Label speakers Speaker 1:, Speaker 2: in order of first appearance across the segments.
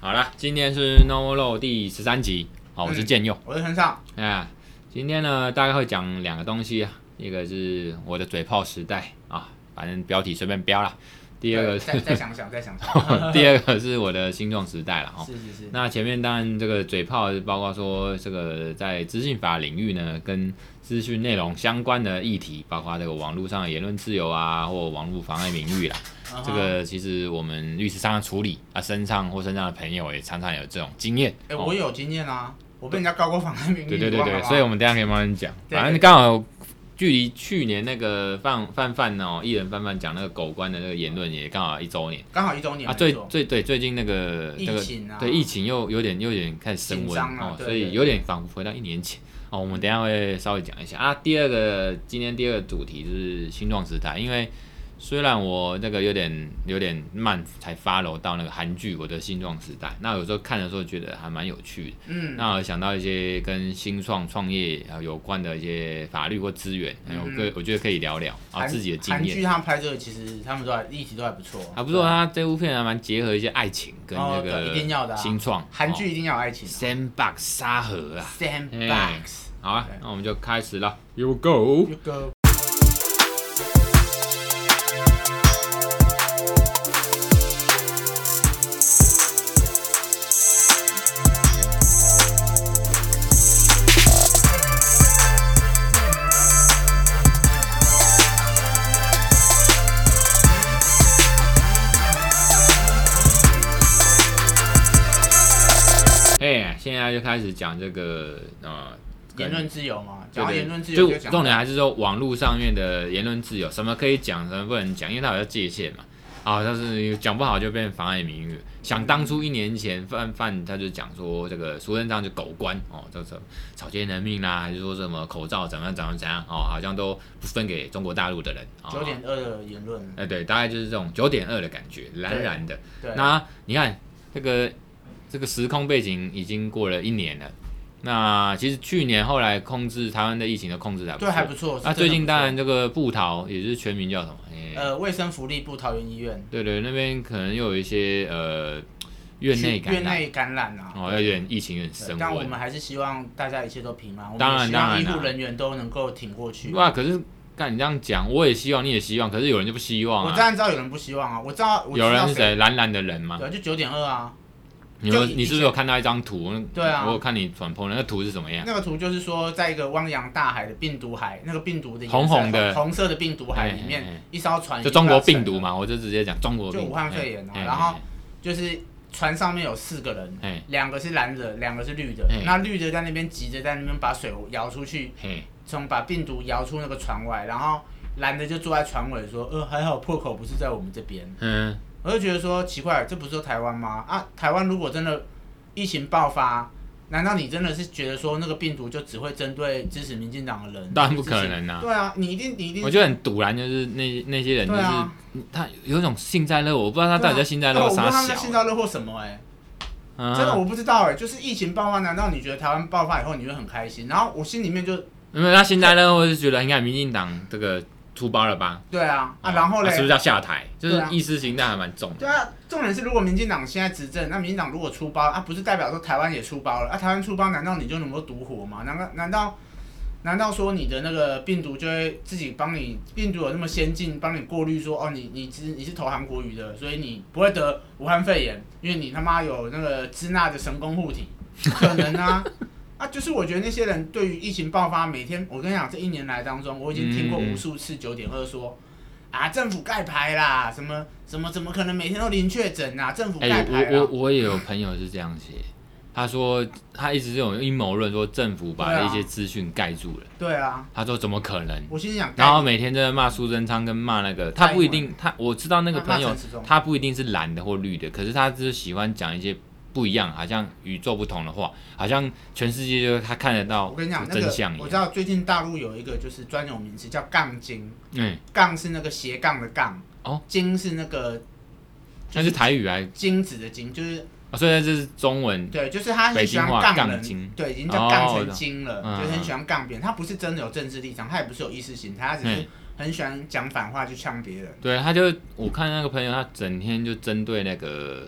Speaker 1: 好了，今天是 No Low 第十三集，好，我是建佑。
Speaker 2: 我是陈少，
Speaker 1: 啊，今天呢大概会讲两个东西啊，一个是我的嘴炮时代啊，反正标题随便标啦。第二个
Speaker 2: 对
Speaker 1: 是，
Speaker 2: 再再想 想，再想想，
Speaker 1: 第二个是我的星撞时代了哈。
Speaker 2: 是是是，
Speaker 1: 那前面当然这个嘴炮包括说这个在资讯法领域呢，跟资讯内容相关的议题，包括这个网络上的言论自由啊，或网络妨碍名誉啦。
Speaker 2: 嗯
Speaker 1: 这个其实我们律师上的处理啊，身上或身上的朋友也常常有这种经验。
Speaker 2: 哎，
Speaker 1: 哦
Speaker 2: 我有经验啊，我被人家告过妨碍名誉，
Speaker 1: 对对对
Speaker 2: 你忘了
Speaker 1: 对，
Speaker 2: 吗
Speaker 1: 所以我们等一下可以慢慢讲。
Speaker 2: 对对
Speaker 1: 反正刚好距离去年那个范范范哦，艺人范范讲那个狗官的那个言论也刚好一周年
Speaker 2: 刚好一周年
Speaker 1: 啊。
Speaker 2: 没
Speaker 1: 最
Speaker 2: 错
Speaker 1: 最对最近那个那
Speaker 2: 疫
Speaker 1: 个
Speaker 2: 情啊，
Speaker 1: 对疫情又有点又有点开始升
Speaker 2: 紧
Speaker 1: 温
Speaker 2: 张啊
Speaker 1: 哦，
Speaker 2: 对
Speaker 1: 所
Speaker 2: 对
Speaker 1: 以
Speaker 2: 对
Speaker 1: 有点仿佛回到一年前哦。我们等一下会稍微讲一下啊。第二个今天第二个主题就是新壮时代，因为虽然我那个有点有点慢才发楼到那个韩剧《我的新壮时代》，那有时候看的时候觉得还蛮有趣的。
Speaker 2: 嗯，
Speaker 1: 那我想到一些跟新创创业啊有关的一些法律或资源，还有
Speaker 2: 嗯
Speaker 1: 个我觉得可以聊聊啊
Speaker 2: 韩
Speaker 1: 自己的经
Speaker 2: 韩
Speaker 1: 验。啊
Speaker 2: 剧他们拍这个，其实他们都还议题都还不错，
Speaker 1: 还不错，他这部片还蛮结合一些爱情跟那
Speaker 2: 哦对一定要的
Speaker 1: 个
Speaker 2: 啊
Speaker 1: 新创
Speaker 2: 对，韩剧一定要有爱情啊
Speaker 1: 《Sandbox 沙盒》啊。
Speaker 2: ，Sandbox，
Speaker 1: 好啊
Speaker 2: 对，
Speaker 1: 那我们就开始了。You go。
Speaker 2: 有个
Speaker 1: 哎，现在就开始讲这个呃
Speaker 2: 言论自由嘛，
Speaker 1: 对
Speaker 2: 讲
Speaker 1: 对
Speaker 2: 到言论自由
Speaker 1: 就
Speaker 2: 就讲
Speaker 1: 重点还是说网络上面的言论自由，什么可以讲，什么不能讲，因为它有界限嘛。啊，但是讲不好就变妨碍名誉。想当初一年前，范范他就讲说这个苏贞昌就狗官哦，这什么草菅人命啦，还是说什么口罩怎么样怎么样怎样哦，好像都不分给中国大陆的人。哦
Speaker 2: 九点二的言论，
Speaker 1: 哎，对，大概就是这种九点二的感觉，蓝蓝的。
Speaker 2: 对，
Speaker 1: 那你看这个这个时空背景已经过了一年了，那其实去年后来控制台湾的疫情的控制还不
Speaker 2: 对还
Speaker 1: 错。
Speaker 2: 不错，是
Speaker 1: 那
Speaker 2: 真的
Speaker 1: 最近
Speaker 2: 不错
Speaker 1: 当然这个布桃也是全名叫什么？诶
Speaker 2: 呃，卫生福利部桃园医院
Speaker 1: 对对，那边可能又有一些呃院内
Speaker 2: 去院
Speaker 1: 感染，
Speaker 2: 内感染啊，
Speaker 1: 哦，有点疫情有点
Speaker 2: 对
Speaker 1: 升
Speaker 2: 呃但我
Speaker 1: 温。
Speaker 2: 们还是希望大家一切都平安，我们
Speaker 1: 当
Speaker 2: 也
Speaker 1: 然
Speaker 2: 希
Speaker 1: 当
Speaker 2: 望
Speaker 1: 然
Speaker 2: 医护
Speaker 1: 啦
Speaker 2: 人员都能够挺过去。
Speaker 1: 哇，可是看你这样讲，我也希望，你也希望，可是有人就不希望
Speaker 2: 我
Speaker 1: 啊
Speaker 2: 当。然知道有人不希望啊，我知道我知道
Speaker 1: 有人是？谁？蓝蓝的人吗？
Speaker 2: 对，就九点二啊，
Speaker 1: 你有
Speaker 2: 就以
Speaker 1: 你是不是有看到一张图？
Speaker 2: 对啊
Speaker 1: 我有看你转碰那个图是怎么样？
Speaker 2: 那个图就是说，在一个汪洋大海的病毒海，那个病毒的颜色
Speaker 1: 红红的
Speaker 2: 红色的病毒海里
Speaker 1: 哎哎哎
Speaker 2: 面，一艘船
Speaker 1: 就中国病
Speaker 2: 已
Speaker 1: 毒
Speaker 2: 经
Speaker 1: 嘛，我就直接讲中国病毒。
Speaker 2: 啊就武汉肺炎啊
Speaker 1: 哎哎
Speaker 2: 然后
Speaker 1: 哎
Speaker 2: 发生，就是船上面有四个人
Speaker 1: 哎，
Speaker 2: 两个是蓝的，两个是绿的
Speaker 1: 哎，
Speaker 2: 那绿的在那边急着在那边把水摇出去，
Speaker 1: 嘿，
Speaker 2: 从把病毒摇出那个船外，然后蓝的就坐在船尾说，呃，还好破口不是在我们这边。
Speaker 1: 嗯，
Speaker 2: 我就觉得说奇怪，这不是说台湾吗？啊，台湾如果真的疫情爆发，难道你真的是觉得说那个病毒就只会针对支持民进党的人？
Speaker 1: 当然不可能啊。
Speaker 2: 对啊，你一定你一定
Speaker 1: 我觉得很堵然，就是那那些人就
Speaker 2: 对
Speaker 1: 是、
Speaker 2: 啊
Speaker 1: 他有一种幸灾乐祸，我不知道他到底在幸灾乐
Speaker 2: 对
Speaker 1: 祸
Speaker 2: 啊我不知
Speaker 1: 啥
Speaker 2: 道他们
Speaker 1: 小
Speaker 2: 在、幸灾乐祸什么哎、
Speaker 1: 嗯
Speaker 2: 真的我不知道哎、就是疫情爆发，难道你觉得台湾爆发以后你会很开心？然后我心里面就
Speaker 1: 因为他幸灾乐祸就觉得应该民进党这个出包了吧？
Speaker 2: 对啊啊，然后
Speaker 1: 他
Speaker 2: 嘞
Speaker 1: 是不是要下台？就是
Speaker 2: 对啊
Speaker 1: 意识形态还蛮重
Speaker 2: 对
Speaker 1: 的。
Speaker 2: 啊，重点是如果民进党现在执政，那民进党如果出包啊，不是代表说台湾也出包了啊？台湾出包，难道你就能够独活吗？难道难道难道说你的那个病毒就会自己帮你病毒有那么先进，帮你过滤说哦，你你是你是投韩国瑜的，所以你不会得武汉肺炎，因为你他妈有那个支那的神功 护体，不可能啊！啊，就是我觉得那些人对于疫情爆发，每天我跟你讲，这一年来当中，我已经听过
Speaker 1: 嗯
Speaker 2: 无数次九点二说。啊，政府盖牌啦，什么什么怎么可能每天都零确诊啊？政府
Speaker 1: 哎、
Speaker 2: 盖牌
Speaker 1: 我我
Speaker 2: 啦，
Speaker 1: 我也有朋友是这样写，他说他一直有阴谋论，说政府把
Speaker 2: 对啊
Speaker 1: 一些资讯盖住了。
Speaker 2: 对啊，
Speaker 1: 他说怎么可能？
Speaker 2: 我心里想，
Speaker 1: 然后每天都在骂苏贞昌跟骂那个，他不一
Speaker 2: 蔡英
Speaker 1: 定，他我知道那个朋
Speaker 2: 骂
Speaker 1: 友
Speaker 2: 陈时中，
Speaker 1: 他不一定是蓝的或绿的，可是他就是喜欢讲一些不一样，好像宇宙不同的话，好像全世界就他看得到
Speaker 2: 哎我跟你讲那
Speaker 1: 真
Speaker 2: 个
Speaker 1: 相，一
Speaker 2: 我知
Speaker 1: 样。
Speaker 2: 道最近大陆有一个就是专有名词叫杠精，
Speaker 1: 嗯，
Speaker 2: 杠是那个斜杠的杠，
Speaker 1: 哦，
Speaker 2: 精是那个
Speaker 1: 那是台语来，
Speaker 2: 精子的精，就是
Speaker 1: 哦所以这是中文。
Speaker 2: 对，就是他很喜
Speaker 1: 北京话
Speaker 2: 欢杠
Speaker 1: 杠精
Speaker 2: 人，对，已经叫
Speaker 1: 哦
Speaker 2: 杠成精了，
Speaker 1: 嗯
Speaker 2: 就是很喜欢杠别人，他不是真的有政治立场，他也不是有意识形态，他只是
Speaker 1: 嗯
Speaker 2: 很喜欢讲反话去呛别人，
Speaker 1: 对，他就我看那个朋友，他整天就针对那个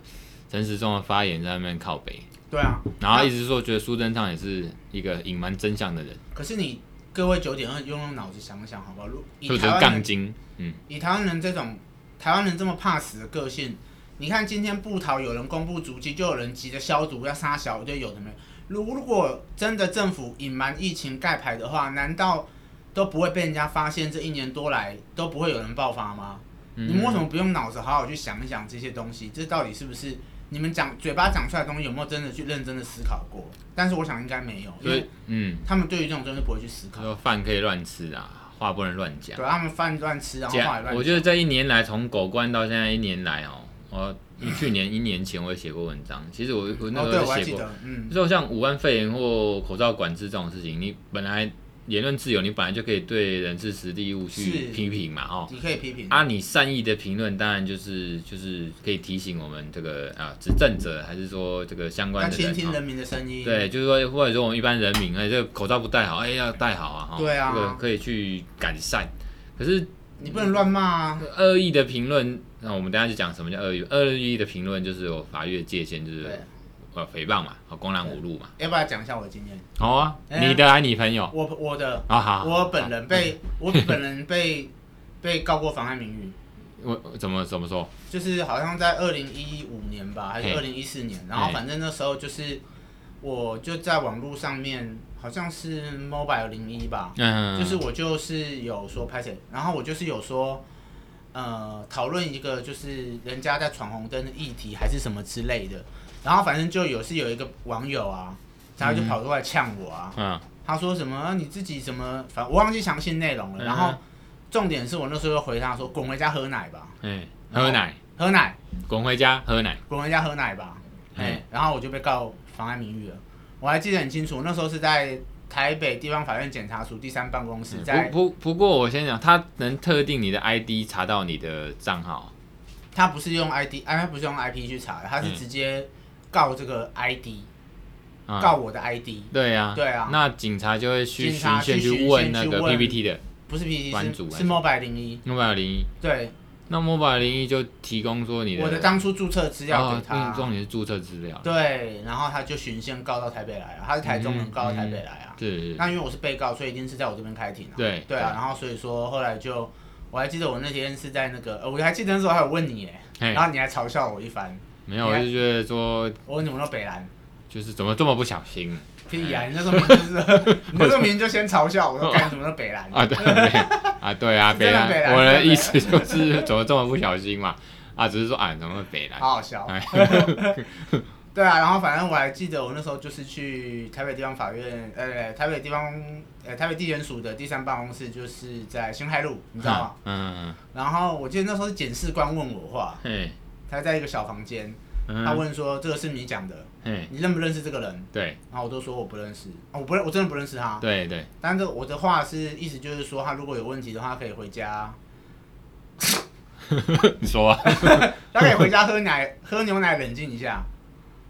Speaker 1: 陈时中的发言在那边靠北，
Speaker 2: 对啊，
Speaker 1: 然后一直说觉得苏贞昌也是一个隐瞒真相的人，
Speaker 2: 可是你各位九点二用用脑子想想好不好？如以
Speaker 1: 就只
Speaker 2: 台
Speaker 1: 是
Speaker 2: 湾
Speaker 1: 杠
Speaker 2: 人
Speaker 1: 精，嗯，
Speaker 2: 以台湾人这种台湾人这么怕死的个性，你看今天布桃有人公布足迹，就有人急着消毒要杀小，就有的没。如如果真的政府隐瞒疫情盖牌的话，难道都不会被人家发现？这一年多来都不会有人爆发吗？
Speaker 1: 嗯
Speaker 2: 你们为什么不用脑子好好去想一想这些东西？这到底是不是你们讲嘴巴讲出来的东西有没有真的去认真的思考过？但是我想应该没有，因
Speaker 1: 所以
Speaker 2: 为
Speaker 1: 嗯，
Speaker 2: 他们对于这种东西不会去思
Speaker 1: 他
Speaker 2: 考，
Speaker 1: 说饭可以乱吃啊，话不能乱讲。
Speaker 2: 对他们饭乱吃，然后话也
Speaker 1: 讲，
Speaker 2: 乱
Speaker 1: 我觉得这一年来，从狗官到现在一年来哦，我去年一年前我也写过文章，其实我我那
Speaker 2: 哦，
Speaker 1: 时
Speaker 2: 对，我
Speaker 1: 候
Speaker 2: 还
Speaker 1: 也写
Speaker 2: 记
Speaker 1: 过，
Speaker 2: 得，嗯，
Speaker 1: 就像武汉肺炎或口罩管制这种事情，你本来言论自由，你本来就可以对人事实地物去
Speaker 2: 是嗯
Speaker 1: 批评嘛，哦。
Speaker 2: 你可以批评。
Speaker 1: 啊，你善意的评论当然就是就是可以提醒我们这个啊执政者，还是说这个相
Speaker 2: 要
Speaker 1: 关的
Speaker 2: 倾
Speaker 1: 人，
Speaker 2: 听
Speaker 1: 哦
Speaker 2: 人民的声音。
Speaker 1: 对，就是说或者说我们一般人民，哎，这个口罩不戴好，哎，要戴好啊，哦
Speaker 2: 对啊
Speaker 1: 这个可以去改善。可是
Speaker 2: 你不能乱骂啊！
Speaker 1: 恶意的评论，那我们等一下就讲什么叫恶意。恶意的评论就是有法律的界限，就是
Speaker 2: 对
Speaker 1: 呃诽谤嘛，好公然侮辱嘛。
Speaker 2: 要不要讲一下我的经验？
Speaker 1: 好、啊，
Speaker 2: 哎呀
Speaker 1: 你的啊，你朋友
Speaker 2: 我我的
Speaker 1: 啊，好，
Speaker 2: 我本
Speaker 1: 人，
Speaker 2: 人被我本人被被告过妨害名誉，
Speaker 1: 我我怎么怎么说？
Speaker 2: 就是好像在二零一五年吧，还是
Speaker 1: 嘿
Speaker 2: 二零一四年，然后
Speaker 1: 嘿
Speaker 2: 反正那时候就是我就在网络上面，好像是 Mobile 零一吧，
Speaker 1: 嗯，
Speaker 2: 就是我就是有说拍谁，然后我就是有说，呃，讨论一个就是人家在闯红灯的议题还是什么之类的，然后反正就有是有一个网友啊，然后就跑过来呛我啊，
Speaker 1: 嗯，
Speaker 2: 他说什么、啊你自己怎么，反我忘记详细内容
Speaker 1: 嗯
Speaker 2: 了，然后重点是我那时候就回他说滚回家喝奶吧，
Speaker 1: 哎，
Speaker 2: 然后
Speaker 1: 喝奶，
Speaker 2: 喝奶，
Speaker 1: 滚回家喝奶。
Speaker 2: 滚回家喝奶吧，哎、
Speaker 1: 嗯
Speaker 2: 然后我就被告妨碍名誉了，我还记得很清楚，那时候是在台北地方法院检察署第三办公室在。
Speaker 1: 不不不过我先讲，他能特定你的 ID 查到你的账号，
Speaker 2: 他不是用 ID，哎，他不是用 IP 去查的，他是
Speaker 1: 嗯
Speaker 2: 直接告这个 ID，、
Speaker 1: 啊、
Speaker 2: 告我的 ID，
Speaker 1: 对呀、
Speaker 2: 对啊
Speaker 1: 那警察就会去
Speaker 2: 警
Speaker 1: 巡
Speaker 2: 察
Speaker 1: 线
Speaker 2: 去
Speaker 1: 去
Speaker 2: 巡
Speaker 1: 问
Speaker 2: 线
Speaker 1: 那
Speaker 2: 去
Speaker 1: 个
Speaker 2: 问
Speaker 1: PPT 的
Speaker 2: 不是 PPT，
Speaker 1: 版主
Speaker 2: 是是 Mobile 零一，
Speaker 1: 诺贝尔零一，
Speaker 2: 对，
Speaker 1: 那诺贝尔零一就提供说你的
Speaker 2: 我的当初注册资料
Speaker 1: 哦
Speaker 2: 给他，
Speaker 1: 嗯重点是注册资料，
Speaker 2: 对，然后他就循线告到台北来啊，他是台中人，
Speaker 1: 嗯
Speaker 2: 告到台北来啊，
Speaker 1: 是，
Speaker 2: 那因为我是被告，所以一定是在我这边开庭啊，
Speaker 1: 对
Speaker 2: 对啊，然后所以说后来就。我还记得我那天是在那个，呃我还记得那时候还有问你耶，
Speaker 1: 啊嘿
Speaker 2: 然，后你还嘲笑我一番，
Speaker 1: 没有，
Speaker 2: 你
Speaker 1: 我
Speaker 2: 还
Speaker 1: 就觉得说，
Speaker 2: 我说你们都北兰，
Speaker 1: 就是怎么这么不小 心
Speaker 2: 屁呀、你那时候明明就是， 你那时候明明就先嘲笑我
Speaker 1: 哦
Speaker 2: 说干什么都北兰，
Speaker 1: 啊？对，对啊，对啊，
Speaker 2: 是
Speaker 1: 北
Speaker 2: 真的
Speaker 1: 兰
Speaker 2: 北，兰
Speaker 1: 我
Speaker 2: 真的
Speaker 1: 的
Speaker 2: 北
Speaker 1: 意思就是怎么这么不小心嘛？啊，只是说啊，怎么北兰？
Speaker 2: 好好笑。
Speaker 1: 哎，
Speaker 2: 对啊，然后反正我还记得我那时候就是去台北地方法院，呃，台北地方，呃，台北地检署的第三办公室，就是在新海路，你知道吗？
Speaker 1: 嗯？
Speaker 2: 然后我记得那时候是检视官问我话，
Speaker 1: 嗯，
Speaker 2: 他在一个小房间，
Speaker 1: 嗯，
Speaker 2: 他
Speaker 1: 嘿，
Speaker 2: 问说这个是你讲的，
Speaker 1: 嗯，
Speaker 2: 你认不认识这个人？
Speaker 1: 对，
Speaker 2: 然后我都说我不认识，啊，我不认，我真的不认识他。
Speaker 1: 对对，
Speaker 2: 但是我的话是意思就是说，他如果有问题的话，可以回家，
Speaker 1: 你说啊
Speaker 2: 他可以回家喝奶， 喝牛奶冷静一下。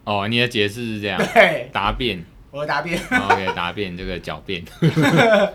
Speaker 1: 哦，你的解释是这样，
Speaker 2: 对，
Speaker 1: 答辩
Speaker 2: 我的答辩。
Speaker 1: ，OK，答辩这个狡 辩，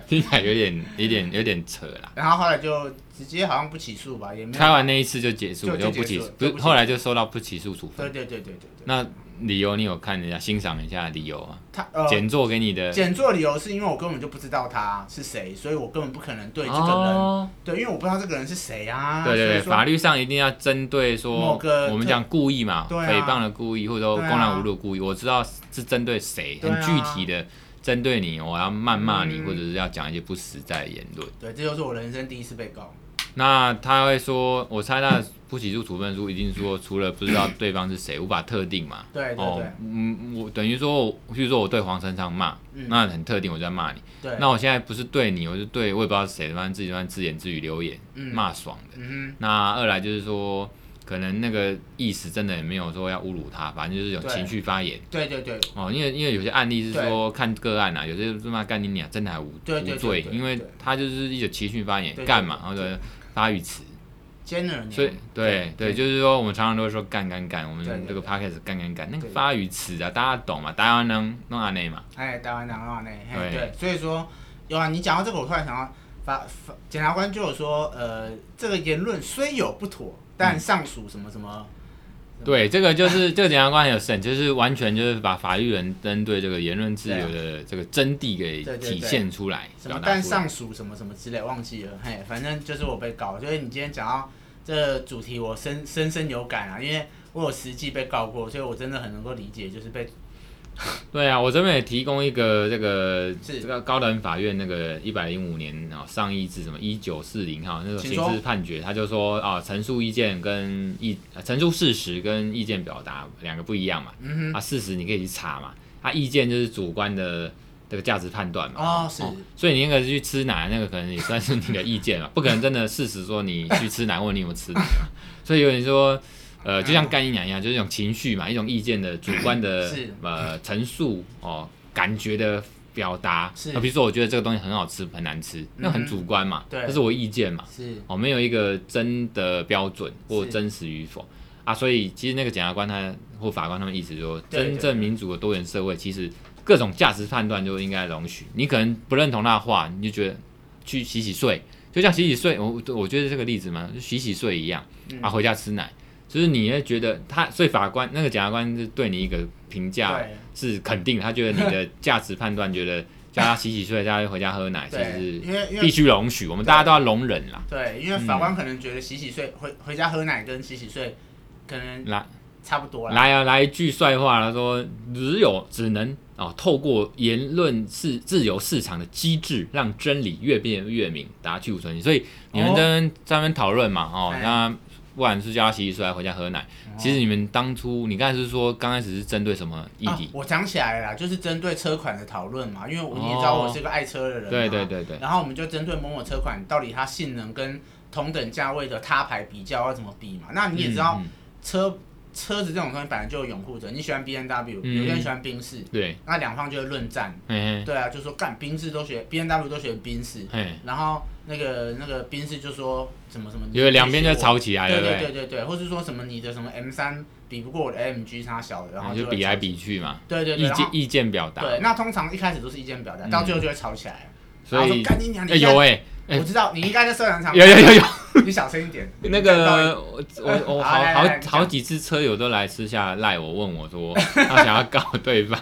Speaker 1: 听起来有点有点有点扯啦。
Speaker 2: 然后后来就直接好像不起诉吧，也没有
Speaker 1: 开完那一次就结束，
Speaker 2: 就就
Speaker 1: 不起
Speaker 2: 结束
Speaker 1: 诉
Speaker 2: 了，
Speaker 1: 不
Speaker 2: 就不
Speaker 1: 是
Speaker 2: 起诉
Speaker 1: 后来就收到不起诉处分。
Speaker 2: 对对对对对对。
Speaker 1: 那理由你有看一下，欣赏一下理由啊？
Speaker 2: 他呃，
Speaker 1: 简作给你的
Speaker 2: 简做理由是因为我根本就不知道他是谁，所以我根本不可能对这个人，
Speaker 1: 哦，
Speaker 2: 对，因为我不知道这个人是谁啊。
Speaker 1: 对对对，
Speaker 2: 所以
Speaker 1: 法
Speaker 2: 说
Speaker 1: 律上一定要针对
Speaker 2: 某
Speaker 1: 说
Speaker 2: 个，
Speaker 1: 我们讲故意嘛，
Speaker 2: 对啊
Speaker 1: 诽谤的故意，或者说
Speaker 2: 对
Speaker 1: 公
Speaker 2: 啊
Speaker 1: 然侮辱的故意，我知道是针对谁，
Speaker 2: 对
Speaker 1: 很
Speaker 2: 啊
Speaker 1: 具体的针对你，我要谩骂你，
Speaker 2: 嗯
Speaker 1: 或者是要讲一些不实在的言论。
Speaker 2: 对，这就是我人生第一次被告。
Speaker 1: 那他会说，我猜他的不起诉处分书一定说，除了不知道对方是谁，无法特定嘛。
Speaker 2: 对对对、
Speaker 1: 哦，嗯，我等于说我，譬如说我对黄珊珊骂，
Speaker 2: 嗯
Speaker 1: 那很特定，我就在骂你。
Speaker 2: 对，
Speaker 1: 那我现在不是对你，我是对我也不知道是谁，反正自己乱自言自语留言，
Speaker 2: 嗯
Speaker 1: 骂爽的。
Speaker 2: 嗯
Speaker 1: 那二来就是说，可能那个意思真的也没有说要侮辱他，反正就是有
Speaker 2: 对
Speaker 1: 情绪发言
Speaker 2: 哼，对对对
Speaker 1: 哦。因为因为有些案例是说看个案啊，有些是骂干你娘，真的还无
Speaker 2: 对对
Speaker 1: 无
Speaker 2: 对
Speaker 1: 罪，
Speaker 2: 对
Speaker 1: 因为
Speaker 2: 对
Speaker 1: 他就是一种情绪发言，
Speaker 2: 对对
Speaker 1: 干嘛
Speaker 2: 对嗯
Speaker 1: 或者发语词，
Speaker 2: 奸人，
Speaker 1: 所以对对，就是说我们常常都会说干干干，我
Speaker 2: 对
Speaker 1: 们
Speaker 2: 对
Speaker 1: 这个 podcast 干干干，那个
Speaker 2: 对
Speaker 1: 发语词啊，大家懂嘛？大家能弄阿内嘛？
Speaker 2: 哎，台湾党话呢，嘿
Speaker 1: 对
Speaker 2: 对，所以说有啊，你讲到这个，我突然想到法法检
Speaker 1: 嗯
Speaker 2: 察官就有说，呃，这个言论虽有不妥，但上属什么什么。
Speaker 1: 对，这个就是这个检察官很有 sense，就是完全就是把法律人针对这个言论自由的这个真谛给
Speaker 2: 啊对对对
Speaker 1: 体现出来，
Speaker 2: 什
Speaker 1: 表
Speaker 2: 么
Speaker 1: 达
Speaker 2: 但
Speaker 1: 出来。
Speaker 2: 上属什么什么之类忘记了，嘿，反正就是我被告，所以你今天讲到这个主题，我深深深有感啊，因为我有实际被告过，所以我真的很能够理解，就是被
Speaker 1: 对啊，我这边也提供一个这个
Speaker 2: 是
Speaker 1: 这个高等法院那个一百零五年啊上议字什么一九四零哈那种
Speaker 2: 请
Speaker 1: 刑
Speaker 2: 说
Speaker 1: 事判决，他就说啊陈述意见跟意呃陈述事实跟意见表达两个不一样嘛，
Speaker 2: 嗯
Speaker 1: 啊事实你可以去查嘛，啊意见就是主观的这个价值判断
Speaker 2: 哼，
Speaker 1: 嘛，
Speaker 2: 哦是，
Speaker 1: 所以你那个去吃奶，那个可能也算是你的意见嘛， 不可能真的事实说你去吃奶或你有没有吃奶 嘛。所以有人说，
Speaker 2: 嗯
Speaker 1: 呃，就像干一娘一样，就是一种情绪嘛，一种意 见的主观的
Speaker 2: 是
Speaker 1: 呃陈述哦，感觉的表达。
Speaker 2: 是
Speaker 1: 啊比如说我觉得这个东西很好吃，很难吃，那
Speaker 2: 嗯
Speaker 1: 很
Speaker 2: 哼
Speaker 1: 主观嘛，
Speaker 2: 对
Speaker 1: 这是我意见嘛，
Speaker 2: 是
Speaker 1: 哦，没有一个真的标准或
Speaker 2: 是
Speaker 1: 真实与否啊，所以其实那个检察官他或法官他们意思说，
Speaker 2: 对对
Speaker 1: 真正民主的多元社会，其实各种价值判断就应该容许。你可能不认同他的话，你就觉得去洗洗睡，就像洗洗睡，我我觉得这个例子嘛，就洗洗睡一样
Speaker 2: 嗯
Speaker 1: 啊，回家吃奶，就是你会觉得他，所以法官那个检察官是对你一个评价
Speaker 2: 对
Speaker 1: 是肯定的，他觉得你的价值判断，觉得叫他洗洗睡，叫他回家喝奶，其
Speaker 2: 对，
Speaker 1: 实
Speaker 2: 因为因
Speaker 1: 是
Speaker 2: 为
Speaker 1: 必须嗯容许，我们大家都要容忍啦。
Speaker 2: 对，因为法官可能觉得洗洗睡回回家喝奶跟洗洗睡可能
Speaker 1: 来
Speaker 2: 差不多啦，
Speaker 1: 来啊，来一句帅话，他说只有只能哦，透过言论市自由市场的机制，让真理越辩越明，达去无存心。所以你们
Speaker 2: 哦
Speaker 1: 在那边在那边讨论嘛，哦，
Speaker 2: 哎嗯
Speaker 1: 那不管是叫他洗洗出来回家喝奶，其实你们当初你刚才是说刚开始是针对什么议
Speaker 2: 啊
Speaker 1: 题？
Speaker 2: 我想起来了啦，就是针对车款的讨论嘛，因为我你也知道
Speaker 1: 哦
Speaker 2: 我是个爱车的人，
Speaker 1: 对对。对对，
Speaker 2: 然后我们就针对某某车款到底它性能跟同等价位的他牌比较要怎么比嘛？那你也知道
Speaker 1: 嗯，嗯
Speaker 2: 车、车子这种东西本来就有拥护者，你喜欢 B N W，、
Speaker 1: 嗯
Speaker 2: 有些人喜欢宾士，
Speaker 1: 对，
Speaker 2: 那两方就会论战。
Speaker 1: 嘿嘿
Speaker 2: 对啊，就说干宾士都学 B N W 都学宾士，
Speaker 1: 嘿，
Speaker 2: 然后那个那个宾士就说什么什么，
Speaker 1: 因为两边就
Speaker 2: 在
Speaker 1: 吵起来了，
Speaker 2: 对
Speaker 1: 对不
Speaker 2: 对对对，或是说什么你的什么 M 三比不过我的 M G 差小的，然后
Speaker 1: 对？就
Speaker 2: 会
Speaker 1: 比来
Speaker 2: 吵
Speaker 1: 比去嘛，
Speaker 2: 对对对，
Speaker 1: 意
Speaker 2: 然
Speaker 1: 见
Speaker 2: 后
Speaker 1: 意见表达，
Speaker 2: 对，那通常一开始都是意见表达，到最后就会吵起来。
Speaker 1: 所
Speaker 2: 然后
Speaker 1: 以
Speaker 2: 说干你娘，你
Speaker 1: 哎
Speaker 2: 现在
Speaker 1: 有哎哎
Speaker 2: 我知道你应该在社团场，
Speaker 1: 有有有有。
Speaker 2: 你小声一点。
Speaker 1: 那个我
Speaker 2: 哎
Speaker 1: 我我
Speaker 2: 好
Speaker 1: 好
Speaker 2: 来来
Speaker 1: 好
Speaker 2: 来你讲
Speaker 1: 好几次车友都来私下赖我，问我说他想要告对方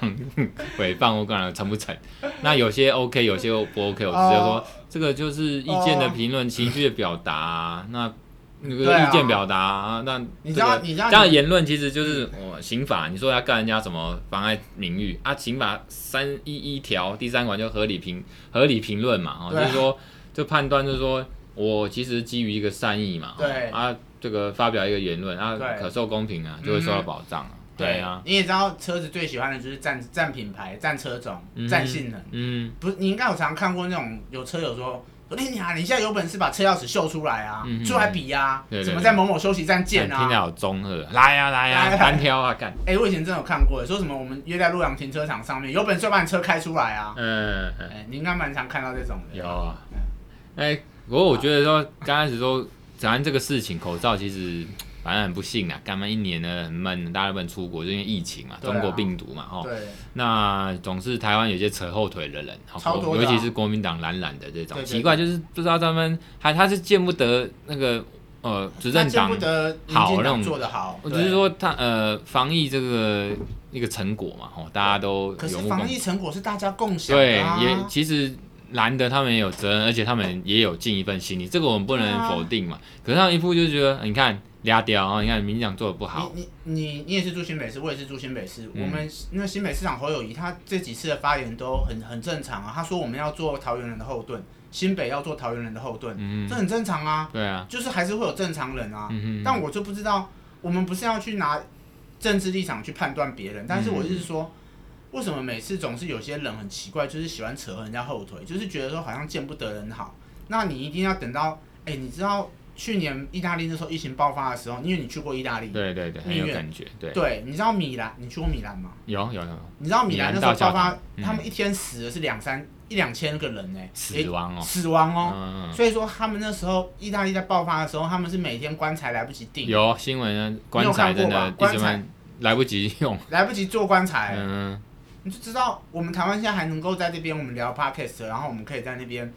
Speaker 1: 诽谤我干嘛成不成？那有些 OK，有些不 OK，我直接说
Speaker 2: 哦
Speaker 1: 这个就是意见的评论、情绪的表达啊，那那
Speaker 2: 对
Speaker 1: 个
Speaker 2: 啊
Speaker 1: 意见表达啊，那
Speaker 2: 你知
Speaker 1: 这
Speaker 2: 道
Speaker 1: 个
Speaker 2: 你知
Speaker 1: 这
Speaker 2: 道
Speaker 1: 样的言论其实就是我刑法，你说要告人家什么妨碍名誉啊？刑法三一一条第三款就合理评合理评论嘛，哦，
Speaker 2: 对
Speaker 1: 就
Speaker 2: 啊
Speaker 1: 是说就判断就是说我其实基于一个善意嘛，哦
Speaker 2: 对
Speaker 1: 啊，这个发表一个言论啊
Speaker 2: 对，嗯
Speaker 1: 可受公平啊，就会受到保障啊，对啊，，
Speaker 2: 你也知道车子最喜欢的就是占占品牌、占车种、
Speaker 1: 嗯
Speaker 2: 占性能。
Speaker 1: 嗯
Speaker 2: 不是，你应该有常看过那种有车友说。我跟你啊，你现在有本事把车钥匙秀出来啊，
Speaker 1: 嗯嗯
Speaker 2: 出来比啊，
Speaker 1: 对对
Speaker 2: 什
Speaker 1: 对
Speaker 2: 么
Speaker 1: 哎
Speaker 2: 在某某休息站见
Speaker 1: 听
Speaker 2: 啊？
Speaker 1: 到中和，来呀来
Speaker 2: 来
Speaker 1: 呀，
Speaker 2: 来
Speaker 1: 单挑啊 干，
Speaker 2: 哎、我以前真的有看过，说什么我们约在洛阳停车场上面，有本事就把你车开出来啊！
Speaker 1: 嗯，嗯
Speaker 2: 哎、你应该蛮常看到这种的。
Speaker 1: 有啊，哎，不过我觉得说刚开始说讲完这个事情，口罩其实反正很不幸啊，干嘛一年呢很闷，大家都不能出国，就因为疫情嘛，
Speaker 2: 对啊
Speaker 1: 中国病毒嘛，哦，
Speaker 2: 对，
Speaker 1: 那总是台湾有些扯后腿的人，好
Speaker 2: 超多的啊
Speaker 1: 尤其是国民党懒懒的这种，
Speaker 2: 对对对
Speaker 1: 奇怪就是不知道他们还他是见不得那个呃执
Speaker 2: 那
Speaker 1: 政
Speaker 2: 见
Speaker 1: 党
Speaker 2: 不得民
Speaker 1: 好
Speaker 2: 进
Speaker 1: 那
Speaker 2: 党
Speaker 1: 种
Speaker 2: 做得好，
Speaker 1: 我只
Speaker 2: 对
Speaker 1: 是，说他呃防疫这个一个成果嘛，哦吼，大家都
Speaker 2: 可是
Speaker 1: 有目共
Speaker 2: 防
Speaker 1: 睹
Speaker 2: 疫成果是大家共享
Speaker 1: 对
Speaker 2: 的、啊，，
Speaker 1: 也其实蓝的他们也有责任，而且他们也有尽一份心力，这个我们不
Speaker 2: 对啊
Speaker 1: 能否定嘛。可是他们一副就觉得，你看俩屌啊，你看民进党做的不好，
Speaker 2: 你你你你也是住新北市，我也是住新北市。
Speaker 1: 嗯
Speaker 2: 我们那新北市长侯友谊，他这几次的发言都很很正常啊。他说我们要做桃园人的后盾，新北要做桃园人的后盾，
Speaker 1: 嗯
Speaker 2: 这，很正常啊。
Speaker 1: 对啊，
Speaker 2: 就是还是会有正常人啊。
Speaker 1: 嗯哼，
Speaker 2: 但我就不知道，我们不是要去拿政治立场去判断
Speaker 1: 嗯
Speaker 2: 别人，但是我就是说，为什么每次总是有些人很奇怪，就是喜欢扯人家后腿，就是觉得说好像见不得人好。那你一定要等到，哎、你知道去年意大利那时候疫情爆发的时候，因为你去过意大利，
Speaker 1: 对对对，很
Speaker 2: 蜜
Speaker 1: 有
Speaker 2: 月
Speaker 1: 感觉，对，
Speaker 2: 对，你知道米兰，你去过米兰吗？
Speaker 1: 有有有
Speaker 2: 你知道米兰那时候
Speaker 1: 米兰
Speaker 2: 爆
Speaker 1: 大教
Speaker 2: 发
Speaker 1: 堂，嗯
Speaker 2: 他们一天死的是两三一两千个人呢、
Speaker 1: 死亡
Speaker 2: 诶
Speaker 1: 哦，
Speaker 2: 死亡哦。
Speaker 1: 嗯，嗯嗯
Speaker 2: 所以说他们那时候意大利在爆发的时候，他们是每天棺材来不及订，
Speaker 1: 有新闻啊，棺材真的
Speaker 2: 你有看过吧哎
Speaker 1: 一直蛮来不及用，
Speaker 2: 来不及做棺材，
Speaker 1: 嗯，
Speaker 2: 你就知道我们台湾现在还能够在这边我们聊 podcast，然后我们可以在那边